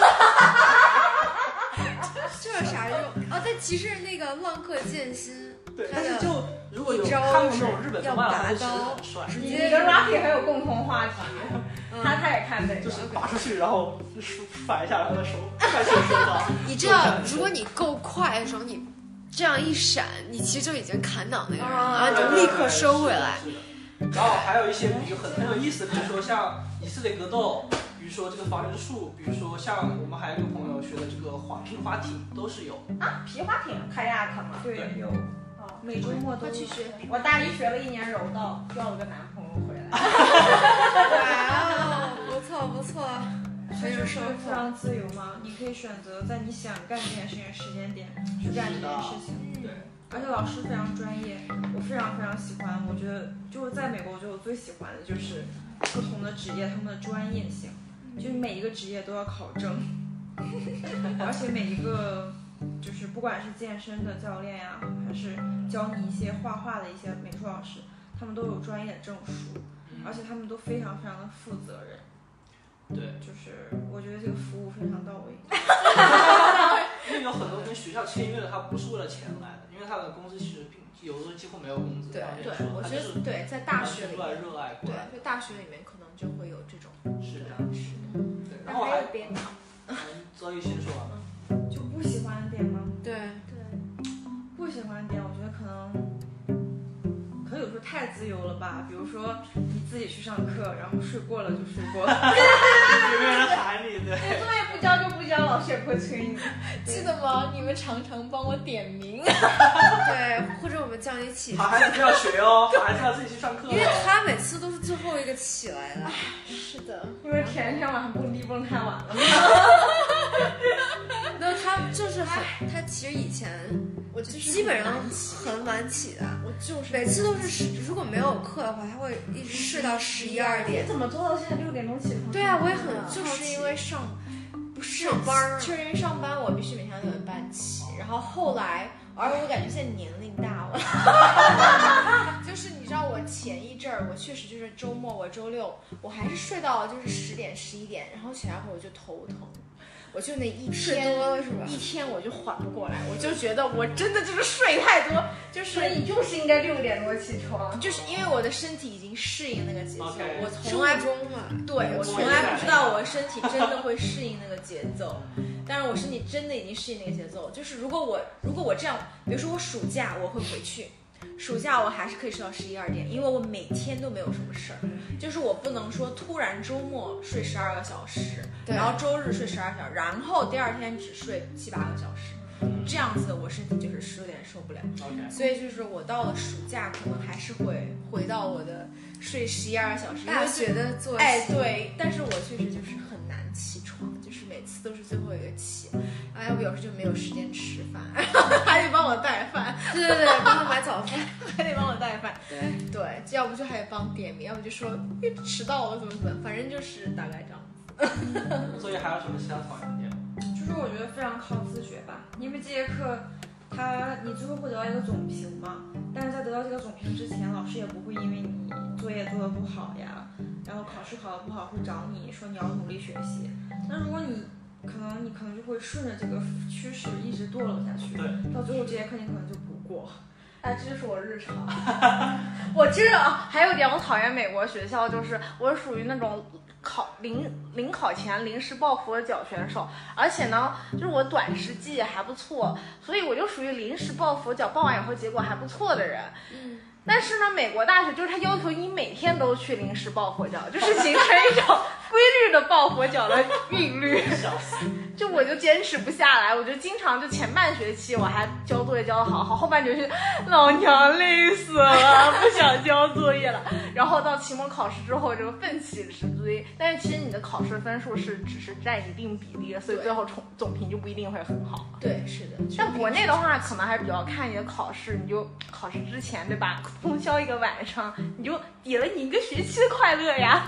这有啥用？ 哦，但其实那个浪客剑心，对，他但是的就如果有一招看过那种日本要动漫，拔他们是刀很帅，直你接你跟 Rocky 很有共同话题，他嗯，他也看这个。就是拔出去，然后梳反一下，然后再收，再去收到。你知道，如果你够快的时候，你这样一闪，你其实就已经砍倒那个人了， 啊然后你就立刻收回来。是的。是的然后还有一些比如很很有意思，比如说像以色列格斗，比如说这个防身术，比如说像我们还有一个朋友学的这个滑皮划艇都是有。啊，皮划艇 kayak 嘛。对对有哦，每周末都快有去学。我大一学了一年柔道，要了个男朋友回来。哇哦，不错不错，很有收非获。常自由嘛，你可以选择在你想干这件事情的时间点去干这件事情，对，而且老师非常专业，我非常非常喜欢。我觉得就是在美国，我觉得我最喜欢的就是不同的职业他们的专业性，就是每一个职业都要考证，而且每一个就是不管是健身的教练呀、还是教你一些画画的一些美术老师，他们都有专业的证书，嗯而且他们都非常非常的负责任。对。就是我觉得这个服务非常到位。因为有很多跟学校签约的，他不是为了钱来的，因为他的工资其实并有的时候几乎没有工资。对他也对说，我他觉就是得对，在大学完全里出来面，热爱过对来，在大学里面可能就会有这种。是这样。是对，然后还嗯还有 编导，所以先说完了。就不喜欢的点吗？对，不喜欢的点，我觉得可能，可能有时候太自由了吧。比如说你自己去上课，然后睡过了就睡过了。 嗯有没有人喊你？对， 作业不交就不交，老师也不会催你。记得吗？你们常常帮我点 名，对，或者我们叫你起，好孩子不要学哦，好孩子要自己去上课因为哦。他每次都是最后一个起来的。是的， 因为天天晚上蹦迪蹦太晚了。那他就是很，他其实以前我就是基本上很晚起的，我 就是每次都是十如果没有课的话，他会一直睡到十一二点你。怎么做到现在六点钟起床？对啊，我也很就好是奇因为上不是上班儿就是因为上班我必须每天六点半起，然后后来，而我感觉现在年龄大了， 就是你知道我前一阵儿我确实就是周末我周六我还是睡到就是十点十一点，然后起来后我就头疼，我就那一睡天多了是吧？一天我就缓不过来，我就觉得我真的就是睡太多，就是所以你就是应该六点多起床。就是因为我的身体已经适应那个节奏 OK 我生从物来不钟嘛，对我从来不知道我身体真的会适应那个节奏，但是我身体真的已经适应那个节奏。就是如果我如果我这样，比如说我暑假我会回去，暑假我还是可以睡到十一二点，因为我每天都没有什么事儿，就是我不能说突然周末睡十二个小时，对然后周日睡十二小时，然后第二天只睡七八个小时，这样子我身体就是有点受不了。嗯 OK，所以就是我到了暑假，可能还是会回到我的睡十一二小时，因大为学的作息，哎，对，但是我确实就是很难起床，就是每次都是最后一个起，然后要不有时就没有时间吃饭， 还得帮我带饭，对对对， 帮他买早饭。还得帮我带饭，对对，要不就还得帮点名，要不就说哎迟到了怎么怎么，反正就是大概这样。作业还有什么其他讨厌的点吗？就是我觉得非常靠自觉吧，因为这节课，他你最后会得到一个总评嘛，但是在得到这个总评之前，老师也不会因为你作业做的不好呀，然后考试考的不好会找你说你要努力学习。那如果你可能你可能就会顺着这个趋势一直堕落下去， 对到最后这节课你可能就不过。哎，这就是我日常。 我其实啊，还有一点我讨厌美国学校，就是我属于那种考临临考前临时抱佛脚选手，而且呢，就是我短时记忆还不错，所以我就属于临时抱佛脚，抱完以后结果还不错的人。嗯，但是呢，美国大学就是它要求你每天都去临时抱佛脚，就是形成一种 规律的抱佛脚的韵律。就我就坚持不下来，我就经常就前半学期我还交作业交的好好，后半学期老娘累死了，不想交作业了。然后到期末考试之后就奋起直追，但是其实你的考试分数是只是占一定比例的，所以对最后总总评就不一定会很好。对，是的。像国内的话，可能还比较看你的考试，你就考试之前对吧， 通宵一个晚上，你就抵了你一个学期的快乐呀。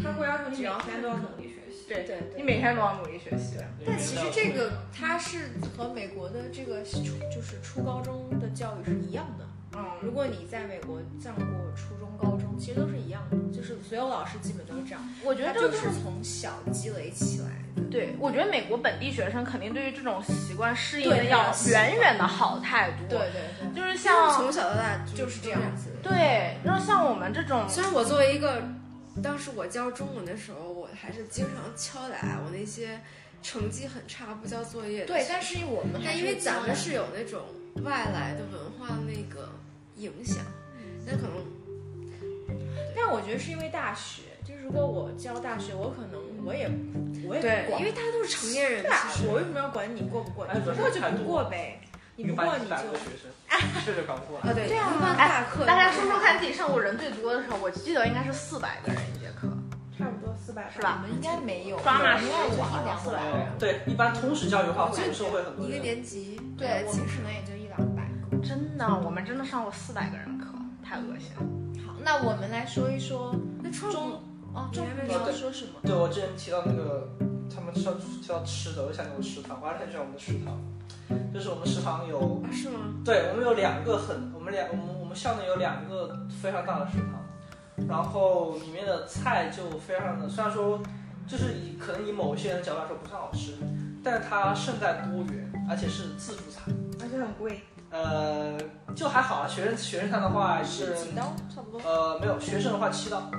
他会要求你只每要天都要努力学习。对对对你每天都要努力学习。但其实这个它是和美国的这个初就是初高中的教育是一样的。嗯，如果你在美国上过初中、高中，其实都是一样的，就是所有老师基本都是这样。我觉它得这就个是从小积累起来的。对，我觉得美国本地学生肯定对于这种习惯适应的对要要习惯远远的好太多。对，对就是像从小到大对，就是这样子。对，就是像我们这种，虽然我作为一个，当时我教中文的时候，我还是经常敲打我那些成绩很差不交作业的对学，但是我们还但是因为咱教们养是有那种外来的文化那个影响，嗯那可能但我觉得是因为大学，就是如果我教大学，我可能我也我也对不，管因，为大家都是成年人，对啊其，实我为什么要管你过不过？哎你不过就不过呗，你一个不班过级你百个就学生，这就搞不 过来。啊对，对啊一般大课大家说说看自己上过人最多的时候，我记得应该是四百个人一节课，差不多四百是吧？我们应该没有，抓马应十该五就好一像两四百百。个人，嗯对，一般通识教育的话，我我觉得们是会很多一个人。年级，对，我其们实可能也就一两百个。真的，我们真的上过四百个人课，太恶心了。好，那我们来说一说那初中哦，中你还没你要说说什么？对，我之前提到那个，他们提到提到吃的，我想起我食堂，我还是很喜欢我们的食堂，就是我们食堂有，啊是吗？对我们有两个很，我们两我们我们校内有两个非常大的食堂，然后里面的菜就非常的，虽然说就是以可能以某些人角度来说不算好吃，但是它胜在多元，而且是自助餐，而且很贵，呃，就还好啊，学生学生餐的话是，几刀差不多。呃，没有学生的话七刀，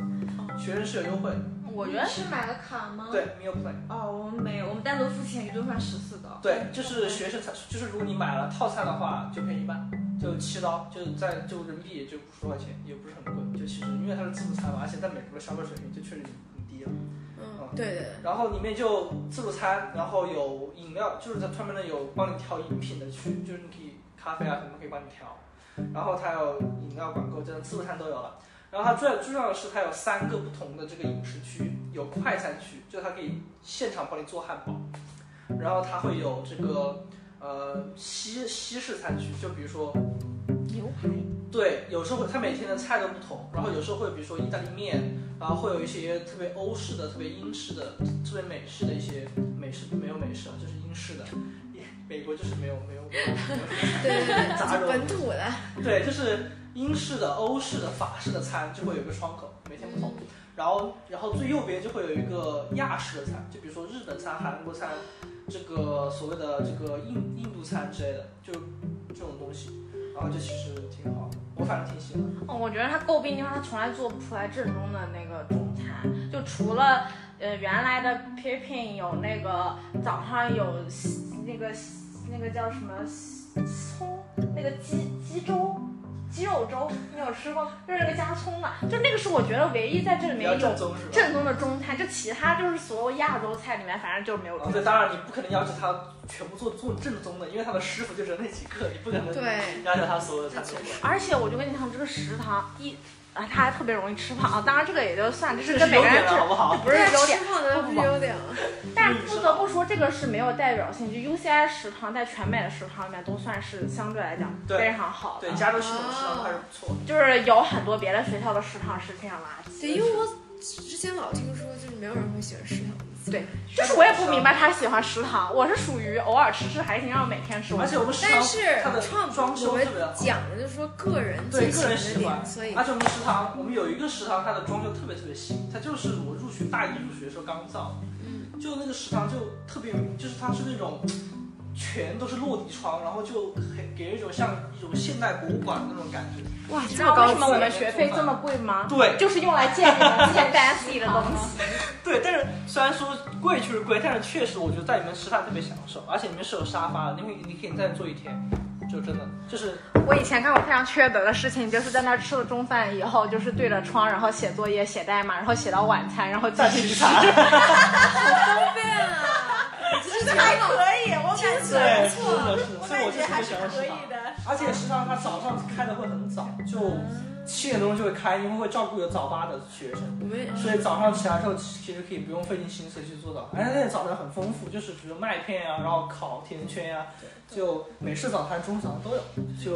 学生是有优惠嗯的，我觉得是买了卡吗？对，meal plan。哦，我们没有，我们单独付钱一顿饭十四刀。嗯对，就是学生餐，就是如果你买了套餐的话，就便宜一半，就七刀，就在就人民币也就五十多块钱，也不是很贵。就其实因为它是自助餐嘛，而且在美国的消费水平就确实很低了。嗯，对对然后里面就自助餐，然后有饮料，就是它专门的有帮你调饮品的区，就是你可以咖啡啊什么可以帮你调。然后它有饮料管够，真的自助餐都有了。然后它最最重要的是，它有三个不同的这个饮食区，有快餐区，就它可以现场帮你做汉堡。然后它会有这个呃西西式餐区，就比如说牛排，对，有时候它每天的菜都不同，然后有时候会比如说意大利面，然后会有一些特别欧式的、特别英式的、特别美式的一些美式没有美式啊，就是英式的，美国就是没有没有没有没对对对对，杂就糅本土的，有， 对，就是英式的、欧式的、法式的餐就会有一个窗口，每天不同。然后然后最右边就会有一个亚式的餐，就比如说日本餐、韩国餐，这个所谓的这个印印度餐之类的，就这种东西，然后就其实挺好的，我反正挺喜欢的。哦，我觉得他诟病的地方，他从来做不出来正宗的那个中餐，就除了呃原来的 p i p i n 有那个早上有西那个西那个叫什么西葱，那个鸡鸡粥。鸡肉粥，你有吃过吗？就是那个加葱的，就那个是我觉得唯一在这里比面较有正宗是吧？正宗的中餐，就其他就是所有亚洲菜里面，反正就是没有然中后餐哦啊对，。当然你不可能要求他全部做做正宗的，因为他的师傅就是那几个，你不可能对，要求他所有的菜都会。而且我就跟你讲，这个食堂一啊，他还特别容易吃胖啊。当然这个也就算，就是这跟是每优个人点了，吃好不好？不是优点，胖的不是优点吗？但嗯是不得不说，这个是没有代表性。就 UCI 食堂在全美的食堂里面都算是相对来讲嗯对非常好的对，，加州系统食堂还是不错的。就是有很多别的学校的食堂是非常垃圾。哦对，因为我之前老听说，就是没有人会喜欢食堂的。对，就是我也不明白他喜欢食堂，我是属于偶尔吃吃还行，让每天吃。我啊而且我们食但堂是它的创装修我们特别好讲的就是说个人对最个喜欢的点，人喜欢哎所以而且我们食堂，我们有一个食堂，它的装修特别特别新，它就是我入学大一入学的时候刚造，嗯，就那个食堂就特别，就是它是那种全都是落地窗，然后就很给人一种像一种现代博物馆的那种感觉。哇，你这知么高道为什级么我们学费这么贵吗？对就是用来建你们 建 fancy 的东西。对，但是虽然说贵确实贵，但是确实我觉得在里面吃饭特别享受，而且里面是有沙发的，你会你可以在那坐一天，就真的就是我以前干过非常缺德的事情，就是在那儿吃了中饭以后，就是对着窗，然后写作业、写代码，然后写到晚餐，然后继再续 去吃。查。还可以，我感觉对，是的，是的，所以我感就觉特还别是喜欢可食以堂。的。而且食堂它早上开的会很早，就嗯七点钟就会开，因为会照顾有早八的学生，我们所以早上起来之后其实可以不用费尽心思去做早餐。而且那里早餐很丰富，就是比如麦片啊，然后烤甜圈啊，就美式早餐、中式早餐都有。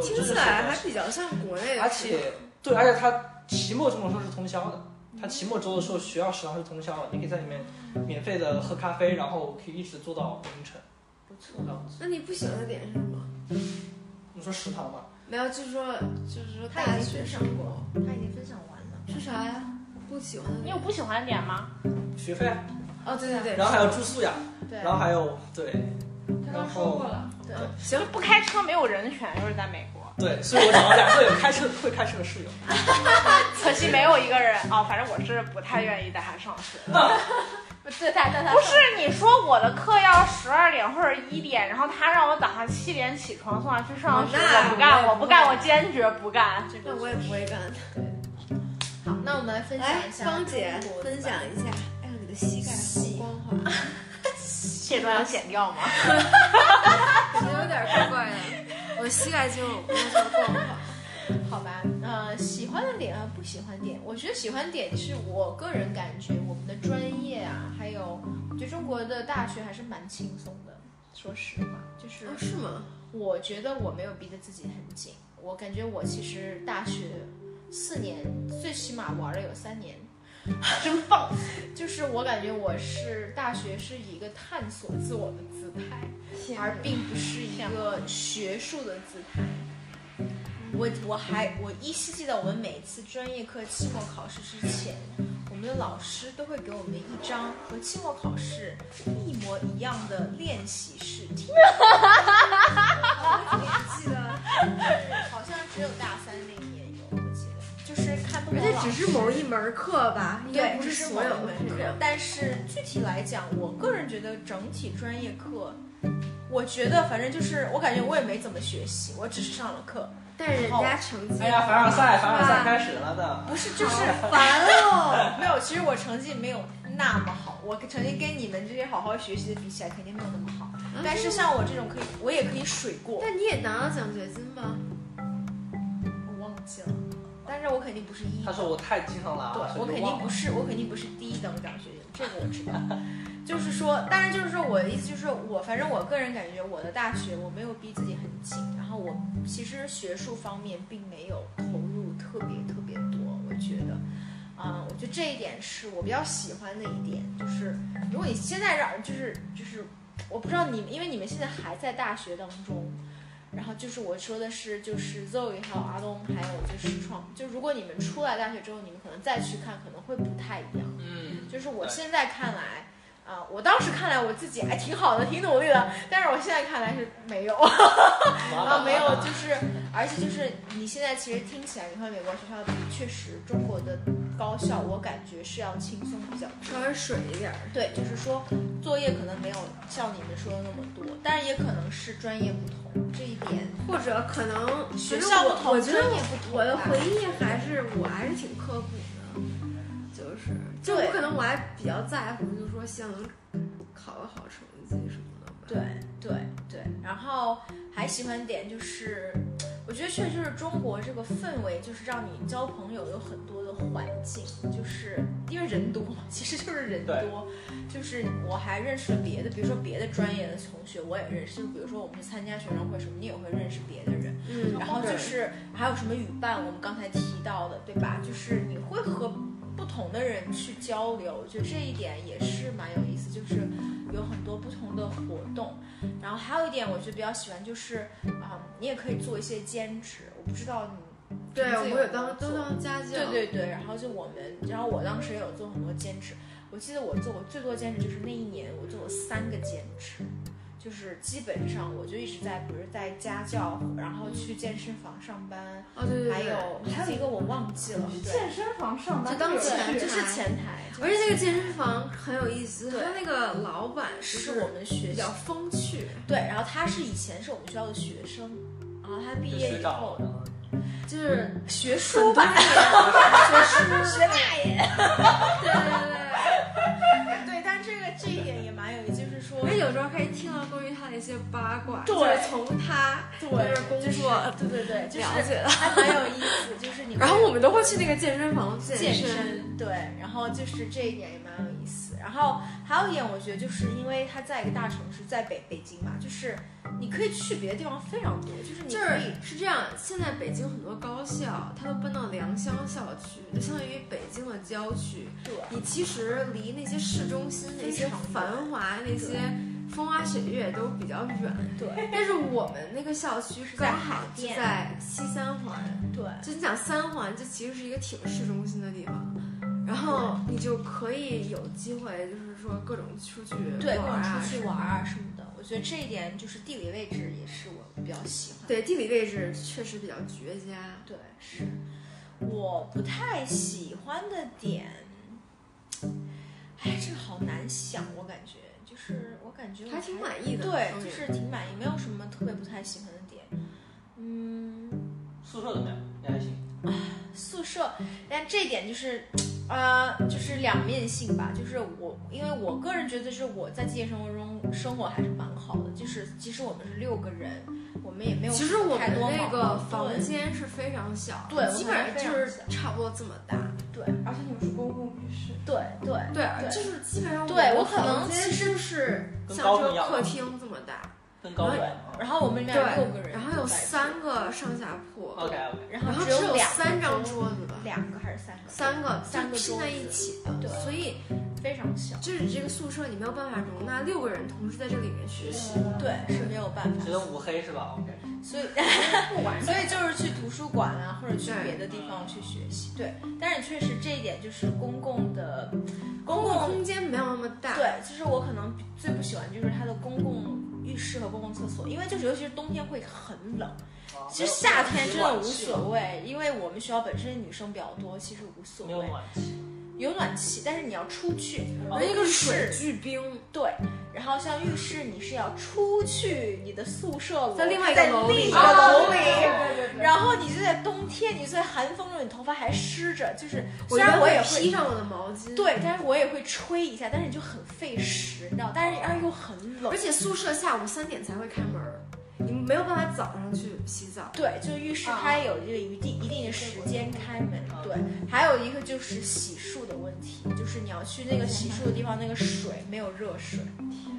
就真听的起是来还比较像国内的而食堂，且对，而且它期末中的时候是通宵的。它期末周的时候，学校食堂是通宵的，你可以在里面免费的喝咖啡，然后可以一直做到凌晨。不错，这样子。那你不喜欢的点是什么？你说食堂吗？没有，就是说，就是说他大已经学分生享活过，他已经分享完了。是啥呀？不喜欢的你点有不喜欢的点吗？学费啊，哦，对对然对，后还有住宿呀，对然后还有对他刚说过了，行，不开车没有人权，就是在美国，对，所以我找了两个有开车会开车的室友。可惜没有一个人哦，反正我是不太愿意带他上学。嗯 对，他他他不是你说我的课要十二点或者一点，然后他让我早上七点起床送他去上学，哦那我不干，我嗯我不干，我坚决不干。那我也不会干。好，那我们来分享来一，下芳姐中国的吧分享一下，哎呦，你的膝盖好光滑，卸妆要剪掉吗？感觉有点怪怪的，我膝盖就没有这么光滑。好吧，呃，喜欢的点和不喜欢点，我觉得喜欢点是我个人感觉我们的专业啊，还有我觉得中国的大学还是蛮轻松的。说实话，就是哦，是吗？我觉得我没有逼得自己很紧，我感觉我其实大学四年，最起码玩了有三年，真棒。就是我感觉我是大学是一个探索自我的姿态，啊而并不是一个学术的姿态。我我还我依稀记得我们每次专业课期末考试之前，我们的老师都会给我们一张和期末考试一模一样的练习试题。我记得好像只有大三那一年有，我记得就是看不懂而老师，且只是某一门课吧，应该对，不只是是所有某的一门课。课。但是具体来讲，我个人觉得整体专业课，我觉得反正就是我感觉我也没怎么学习，我只是上了课，但人家成绩，哎呀，凡尔赛，凡尔啊赛哇开始了呢。不是就是烦了。没有，其实我成绩没有那么好，我成绩跟你们这些好好学习的比起来，肯定没有那么好。啊但是像我这种可以，我也可以水过。但你也拿到奖学金吧？我忘记了，但是我肯定不是一他说我太经常拉对了，，啊所我以就肯定忘不了。是，我肯定不是第一等奖学金，这个我知 道。就是说，当然就是说我的意思就是我，反正我个人感觉我的大学我没有逼自己很紧，然后我其实学术方面并没有投入特别特别多，我觉得。啊、我觉得这一点是我比较喜欢的一点，就是如果你现在让，就是就是，我不知道你，因为你们现在还在大学当中，然后就是我说的是，就是 Zoe 还有阿东，还有就是创，就如果你们出来大学之后，你们可能再去看，可能会不太一样。嗯，就是我对现在看来，啊、我当时看来我自己还挺好的，挺努力的，但是我现在看来是没有。妈啊，妈没有，就是，而且就是你现在其实听起来，你看美国学校比确实中国的高校，我感觉是要轻松比较多。稍微水一点儿。对，就是说作业可能没有像你们说的那么多，但是也可能是专业不同这一点。或者可能学其实校我不同我觉得专业我不同我的吧回忆还是我还是挺刻苦的，就是就对我可能我还比较在乎，就是说希望能考个好成绩什么的吧。对对对，然后还喜欢点就是，我觉得确实就是中国这个氛围，就是让你交朋友有很多的环境，就是因为人多嘛，其实就是人对多。就是我还认识了别的，比如说别的专业的同学，我也认识。就比如说我们去参加学生会什么，你也会认识别的人。嗯然后就是还有什么语伴，我们刚才提到的，对吧？就是你会和不同的人去交流，我觉得这一点也是蛮有意思，就是有很多不同的活动。然后还有一点，我觉得比较喜欢就是，啊、你也可以做一些兼职。我不知道你对，你自我们己有没有当都做当家教，对对对，然后就我们，然后我当时也有做很多兼职。我记得我做过最多兼职就是那一年，我做了三个兼职，就是基本上我就一直在，比如在家教，然后去健身房上班，哦对对对，还有还有一个我忘记了，对，健身房上班就当有前趣对，就台是前台，而且那个健身房很有意思，对它那个老板是我们学比校较风 趣，对，然后他是以前是我们学校的学生，然后他毕就业学以长后了嗯就是学书吧，学书学大爷。对对对，但这个这一点也蛮有意思，就是说对，而且有时候可以听到关于他的一些八卦，对就是从他对就是工作对对对，就是了解了。还蛮有意思，就是你会然后我们都会去那个健身房健身，身，对，然后就是这一点也蛮有意思。然后还有一点，我觉得就是因为它在一个大城市，在北北京嘛，就是你可以去别的地方非常多，就是你就可是以是这样，现在北京很多高校，它都搬到良乡校区，就相当于北京的郊区。对你其实离那些市中心那些繁华那些风花雪月都比较远，对但是我们那个校区是刚在好海就淀在西三环，对就你讲三环，这其实是一个挺市中心的地方，然后你就可以有机会，就是说各种出去对，玩各儿种啊出什去么玩儿啊什么的，我觉得这一点就是地理位置也是我比较喜欢的。对，地理位置确实比较绝佳。对，是我不太喜欢的点。哎，这个好难想，我感觉就是我感觉我还挺满意的嗯对，嗯就是挺满意，没有什么特别不太喜欢的点。嗯，宿舍怎么样？你还行？宿舍，但这一点就是，呃，就是两面性吧。就是我，因为我个人觉得，就是我在集体生活中生活还是蛮好的。就是即使我们是六个人，我们也没有其实我太们多那矛个盾房间是非常小，对基本上就我是们非常小差不多这么大。对而且你们是公共浴室，对对对，对就是基本上对我我可能其其实是跟像高这中一个样客厅这么大，跟高中啊然后我们里面有六个人，然后有在一起，三个上下铺， OK OK，然然后后只只有两三张个桌子吧，两个还是三个？三个三个就拼桌在子一起的，对所以非常小，就是这个宿舍你没有办法容纳六个人同时在这里面学习。对，是没有办法只。能五黑是吧？OK，所以， 所以就是去图书馆啊，或者去别的地方去学习。对，但是确实这一点就是公共的，公共共空间没有那么大，对，就是我可能最不喜欢就是它的公共浴室和公共厕所，因为就是尤其是冬天会很冷。啊其实夏天真的无谓，所谓，因为我们学校本身女生比较多，其实无所没有谓。暖气，哦有暖气，但是你要出去，而而且一那个个水室巨冰，对，然后像浴室你是要出去你的宿舍楼，在另外一个在楼另里一个哦楼对里。对对对，然后你就在冬天，你就在寒风中，你头发还湿着，就是我虽一般然我会也披会上我的毛巾。。对，但是我也会吹一下，但是你就很费时，你知道，但是而又很冷而。且宿舍下午三点才会开门儿，你没有办法早上去洗澡。对，就浴啊室它也有这个一定一定的时间开门。对，还有一个就是洗漱的问题，就是你要去那个洗漱的地方，那个水没有热水。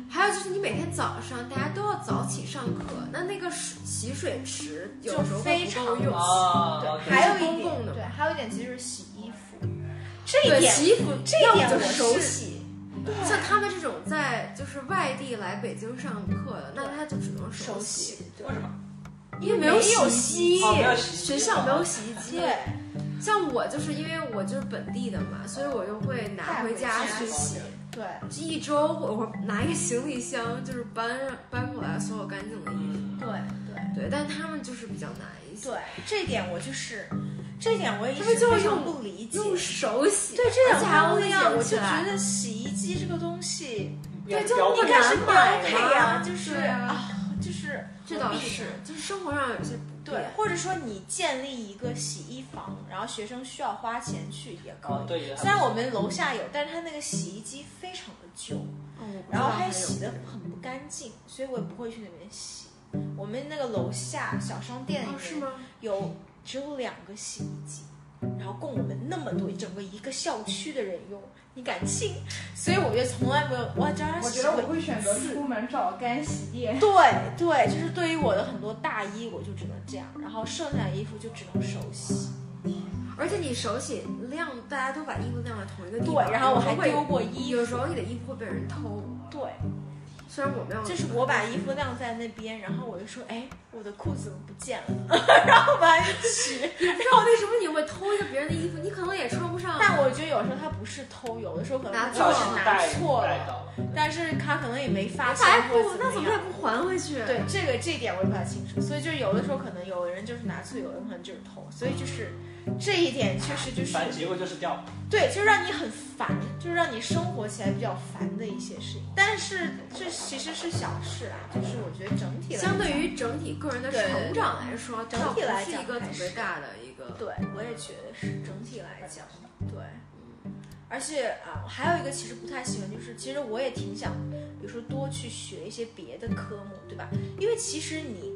还有就是你每天早上大家都要早起上课，那那个水洗水池有时候会不够就非用常。啊哦对， ，OK，还有是一公共点的，对，还有一点其实是洗衣服，这一对，点洗衣服这要一么点就我是熟手洗。悉，像他们这种在就是外地来北京上课的，那他就只能手洗，洗，对为什么？因为没没有有洗衣机哦，没有洗衣机学校没有洗衣机。对，像我就是因为我就是本地的嘛，所以我就会拿带回回家家去洗洗。对，一周我我拿一个行李箱，就是搬搬过来所有干净的衣服。嗯对，对，对，但他们就是比较难一些，对，这一点我就是，这一点我也他们是就非用常不理解。用手洗，对，这而点且我还还要不理解，晾我起就觉来。得洗衣机这个东西对，就标不配应该难是标买配嘛呀，就是对啊啊，就是这倒何必是呢，就是生活上有些不对，或者说你建立一个洗衣房，然后学生需要花钱去也高哦一点。对，也还虽然我们楼下有，但是它那个洗衣机非常的旧，然后还洗的很不干净，所以我也不会去那边洗。我们那个楼下小商店里哦，是面吗？有只有两个洗衣机，然后供我们那么多整个一个校区的人用，你敢信？所以我就从来没有，我只要我觉洗得过我会选择一次出门找干洗店。对对，就是对于我的很多大衣，我就只能这样，然后剩下的衣服就只能手洗。而且你手洗晾，大家都把衣服晾在同一个地对方，，然后我还会丢过衣服。有时候你的衣服会被人偷。对，虽然我没有，就是我把衣服晾在那边，然后我就说，哎，我的裤子怎么不见了？ 然后把它一洗。不知道为什么你会偷一个别人的衣服，你可能也穿不上。但我觉得有时候他不是偷，有的时候可能拿就错是了拿带错带了，到了，但是他可能也没发那现还或不者那怎么么也样。不还回去？，对这个这一点我也不太清楚，所以就是有的时候可能有的人就是拿错，有的人可能就是偷，所以就是这一点确实就是反正结果就是掉。对，就让你很烦，就是让你生活起来比较烦的一些事情。但是这其实是小事啊，就是我觉得整体来相对讲于整体个人的成长来说，对整体来倒不是讲一个特还别是大的一个。对我也觉得是整体来讲，对。而且啊，我还有一个其实不太喜欢，就是其实我也挺想，比如说多去学一些别的科目，对吧？因为其实你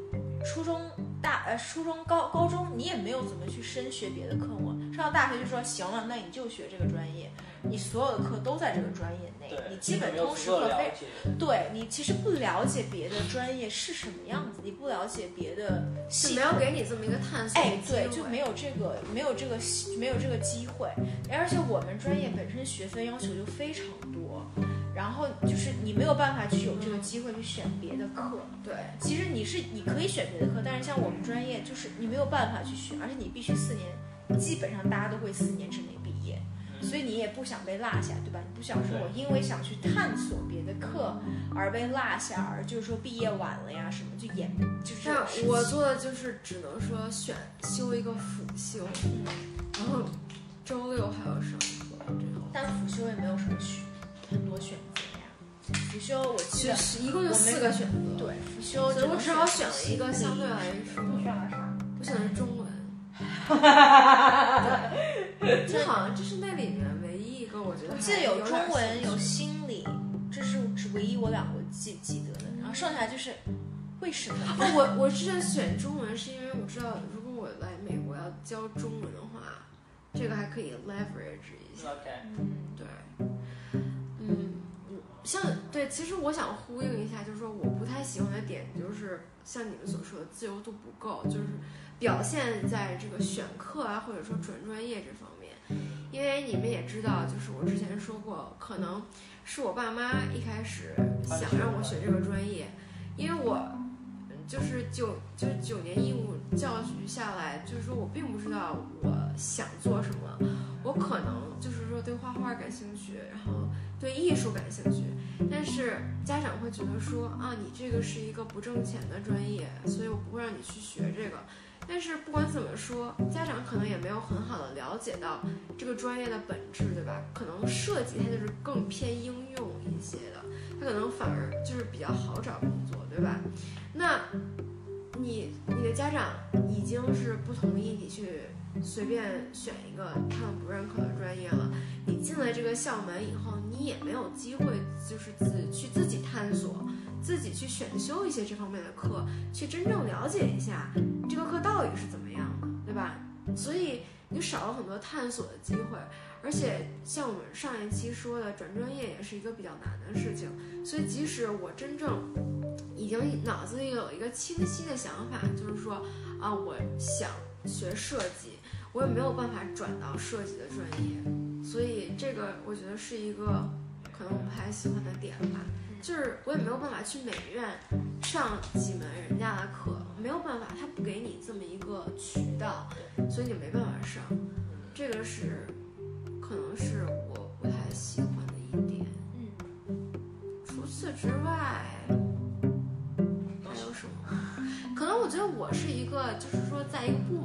初中大呃初中高高中你也没有怎么去深学别的科目，上到大学就说行了，那你就学这个专业，你所有的课都在这个专业内对，，你基本没有通足识够课了非解。对你其实不了解别的专业是什么样子，你不了解别的就系没统，有给你这么一个探索的哎，机会，对，就没有这个没有这个没有这个机会，而且我们专业本身学分要求就非常多，然后就是你没有办法去有这个机会去选别的课。对，其实你是你可以选别的课，但是像我们专业就是你没有办法去选，而且你必须四年，基本上大家都会四年之内毕业，嗯所以你也不想被落下，对吧？你不想说对我因为想去探索别的课而被落下，而就是说毕业晚了呀什么，就也就是这种但事情我做的就是只能说选修一个辅修，然后周六还要上课，这样但辅修也没有什么选很多选择呀，辅修我记其得实一共就我四没个选择，，对辅所修以只我能只啊选好选了一个相对来说，你选了啥？我选的是 中文。对这好像这是那里面唯一一个我觉得我还记得有点中文，兴趣有心理，这是只唯一我两个记记得的，然后剩下就是为什么？哦，我我之前选中文是因为我知道，如果我来美国要教中文的话，这个还可以 leverage 一下。 OK，对，嗯，嗯像对，其实我想呼应一下，就是说我不太喜欢的点就是像你们所说的自由度不够，就是表现在这个选课啊，或者说转专业这方面。因为你们也知道，就是我之前说过，可能是我爸妈一开始想让我选这个专业，因为我嗯就是九就是九年义务教育下来，就是说我并不知道我想做什么，我可能就是说对画画感兴趣，然后对艺术感兴趣，但是家长会觉得说啊，你这个是一个不挣钱的专业，所以我不会让你去学这个。但是不管怎么说，家长可能也没有很好的了解到这个专业的本质，对吧？可能设计它就是更偏应用一些的，它可能反而就是比较好找工作，对吧？那你你的家长已经是不同意你去随便选一个他们不认可的专业了，你进了这个校门以后，你也没有机会就是自去自己探索，自己去选修一些这方面的课，去真正了解一下这个课到底是怎么样的，对吧？所以你就少了很多探索的机会。而且像我们上一期说的，转专业也是一个比较难的事情，所以即使我真正已经脑子里有一个清晰的想法，就是说啊，我想学设计，我也没有办法转到设计的专业，所以这个我觉得是一个可能我不太喜欢的点吧，就是我也没有办法去美院上几门人家的课，没有办法，他不给你这么一个渠道，所以你没办法上，这个是可能是我不太喜欢的一点。除此之外，还有什么？可能我觉得我是一个，就是说，在一个不，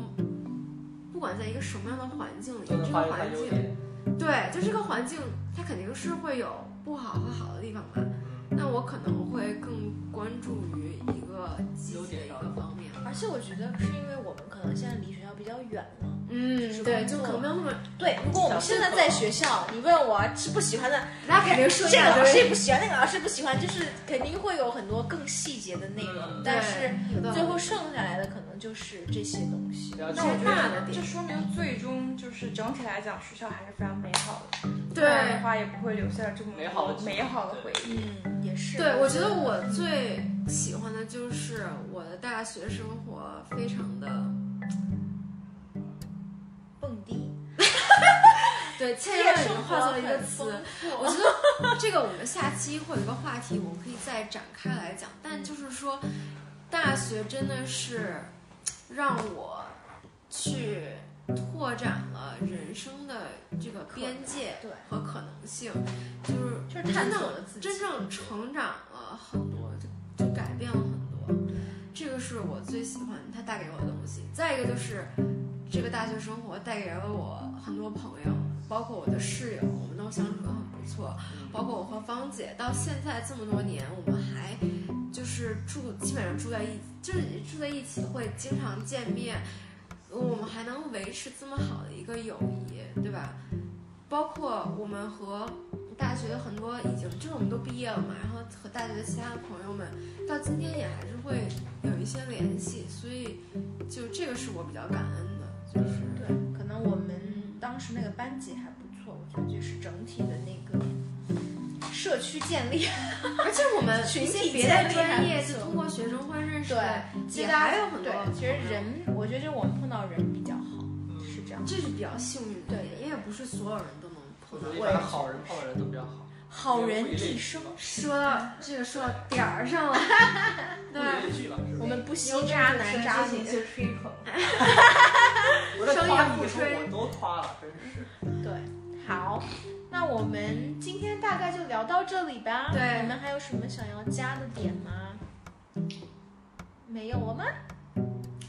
不管在一个什么样的环境里，这都个能发现它环优境，点。对，就这个环境，它肯定是会有不好和好的地方嗯嘛。那我可能会更关注于一个积极的一个方面，而而且我觉得是因为我们可能现在离学校比较远了。嗯，对，就可能没有那么对，如果我们现在在学校，你问我是不喜欢的，那肯定这个老师也不喜欢，那个老师不喜欢，就是肯定会有很多更细节的内嗯嗯容，但是最后剩下来的可能就是这些东西。了解那我觉大的得点这说明最终就是整体来讲，学校还是非常美好的，不对然的话也不会留下这么美好的多记忆美好的回忆。嗯，也是。对，我觉得我最喜欢的就是我的大学生活非常的蹦迪，对，千夜言万语生活化作一个很词丰，我觉得这个我们下期会有一个话题，我们可以再展开来讲。但就是说，大学真的是让我去拓展了人生的这个边界对和可能性，就是就是探索了自己真。正成长了很多，就就改变了很多。这个是我最喜欢他带给我的东西。再一个就是，这个大学生活带给了我很多朋友，包括我的室友，我们都相处的很不错。包括我和芳姐到现在这么多年，我们还就是住，基本上住在一，就是住在一起，会经常见面。我们还能维持这么好的一个友谊，对吧？包括我们和大学很多已经就是我们都毕业了嘛，然后和大学其他的朋友们到今天也还是会有一些联系，所以就这个是我比较感恩的，就是对，可能我们当时那个班级还不错，我觉得就是整体的那个社区建立， 而且我们群一些体别的建立还专不业是错通过学生会认识的，其也实大还家有很多对，其实人，我觉得就是我们碰到人比较好，嗯是这样。这是比较幸运的一点，对因为不是所有人都能我碰觉到得。一我也般好人碰到人都比较好，好人一生，说到这个，说到点儿上了，对吧，连续吧，是我吧？们不惜渣男渣进行女一。些吹捧。我在商业夸互你说吹我都夸了，真是。对，好，那我们今天大概就聊到这里吧。对你们还有什么想要加的点吗？没有了吗？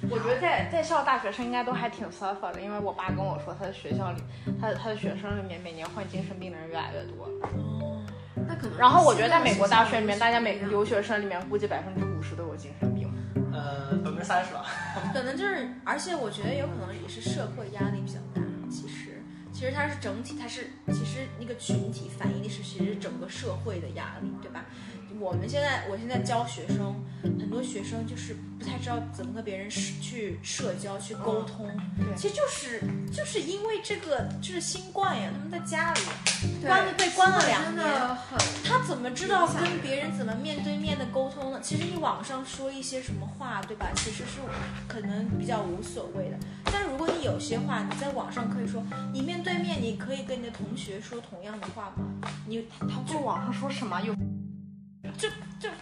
我觉得在在校大学生应该都还挺 suffer 的，因为我爸跟我说，他的学校里，他的他的学生里面每年患精神病的人越来越多。嗯那可能。然后我觉得在美国大学里面，大家每个留学生里面估计百分之五十都有精神病。呃，百分之三十吧。可能就是，而且我觉得有可能也是社会压力比较大。其实，其实它是整体，它是其实一个群体反映的是其实整个社会的压力，对吧？我们现在我现在教学生，很多学生就是不太知道怎么跟别人是去社交、去沟通，对其实就是就是因为这个就是新冠呀，他们在家里对关被关了两真年，的很他怎么知道跟别人怎么面对面的沟通呢？其实你网上说一些什么话，对吧？其实是可能比较无所谓的。但如果你有些话你在网上可以说，你面对面你可以跟你的同学说同样的话吗？你他他就就网上说什么有就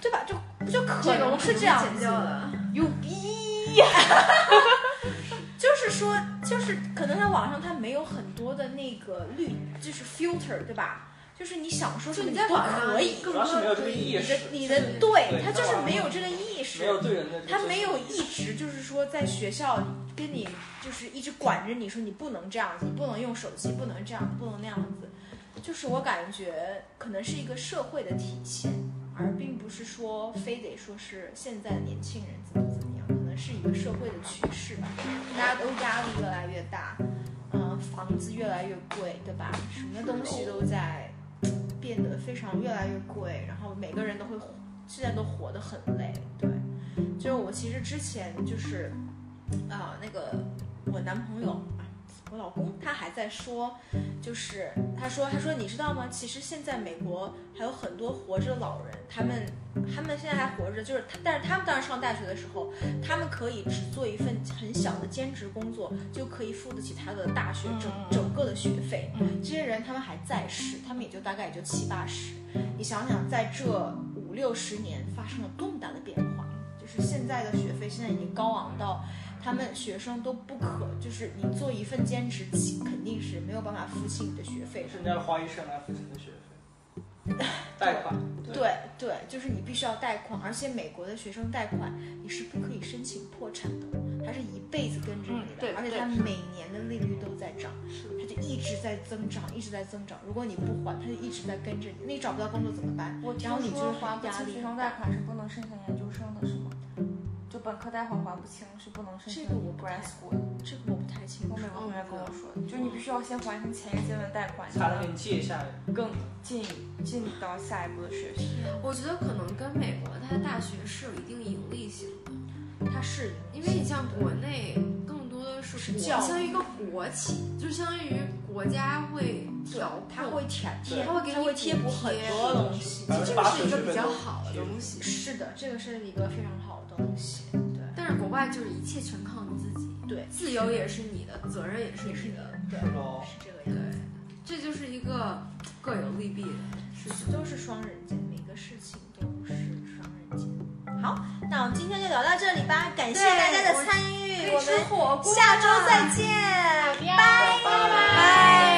对吧？就就可这个我能肯定是这样剪子掉，的。有逼。 就是说就是可能在网上他没有很多的那个滤，就是 filter，对吧？就是你想说什就么你你在都网上可以，更主要是没有这个意意你的识，你的就是对对他就在是网没上有这个意识，没有对人的这个他没有尊重一直就是说在学校跟你就是一直管着你说你不能这样子，你不能用手机，不能这样，不能那样子。就是我感觉可能是一个社会的体现，而并不是说非得说是现在的年轻人怎么怎么样，可能是一个社会的趋势吧。大家都压力越来越大，嗯、房子越来越贵，对吧？什么东西都在变得非常越来越贵，然后每个人都会活现在都活得很累，对。就是我其实之前就是，啊、那个我男朋友啊，我老公他还在说，就是他说他说你知道吗？其实现在美国还有很多活着的老人，他们他们现在还活着，就是他但是他们当时上大学的时候，他们可以只做一份很小的兼职工作，就可以付得起他的大学整嗯整个的学费。嗯这些人他们还在世，他们也就大概也就七八十。你想想，在这五六十年发生了多么大的变化，就是现在的学费现在已经高昂到，他们学生都不可，就是你做一份兼职，起肯定是没有办法付清你的学费的。甚至要花一生来付清的学费，贷款。对对，就是你必须要贷款，而且美国的学生贷款你是不可以申请破产的，它是一辈子跟着嗯你的，对而且对它每年的利率都在涨，它就一直在增长，一直在增长。如果你不还，它就一直在跟着你，那你找不到工作怎么办？我听然后你就说是还不压起力学生贷款是不能申请研究生的，是吗？就本科贷款还不清是不能申请这个我不 grad 太 school 的。这个我不太清楚嗯我。美国同学跟我说的，就你必须要先还清前一个阶段贷款，你才差点能给你借下来。更进进到下一步的学习。我觉得可能跟美国它的大学是有一定盈利性的，它是因为你像国内更多的是是国教育相当于一个国企，就相当于国家会调控，它会贴贴，对它会给你它会贴补补很贴多东西。其百实分这个是一之八十的个比学费较都好的东西，是的，这个是一个非常好的东西。对但是国外就是一切全靠你自己，对，自由也是你的，责任也是你的，对，哦，是这个对样子。，这就是一个各有利弊的事情。都是双刃剑，每个事情都是双刃剑。好，那我们今天就聊到这里吧，感谢对大家的我参与，可以我吃们火锅下周再见，拜拜。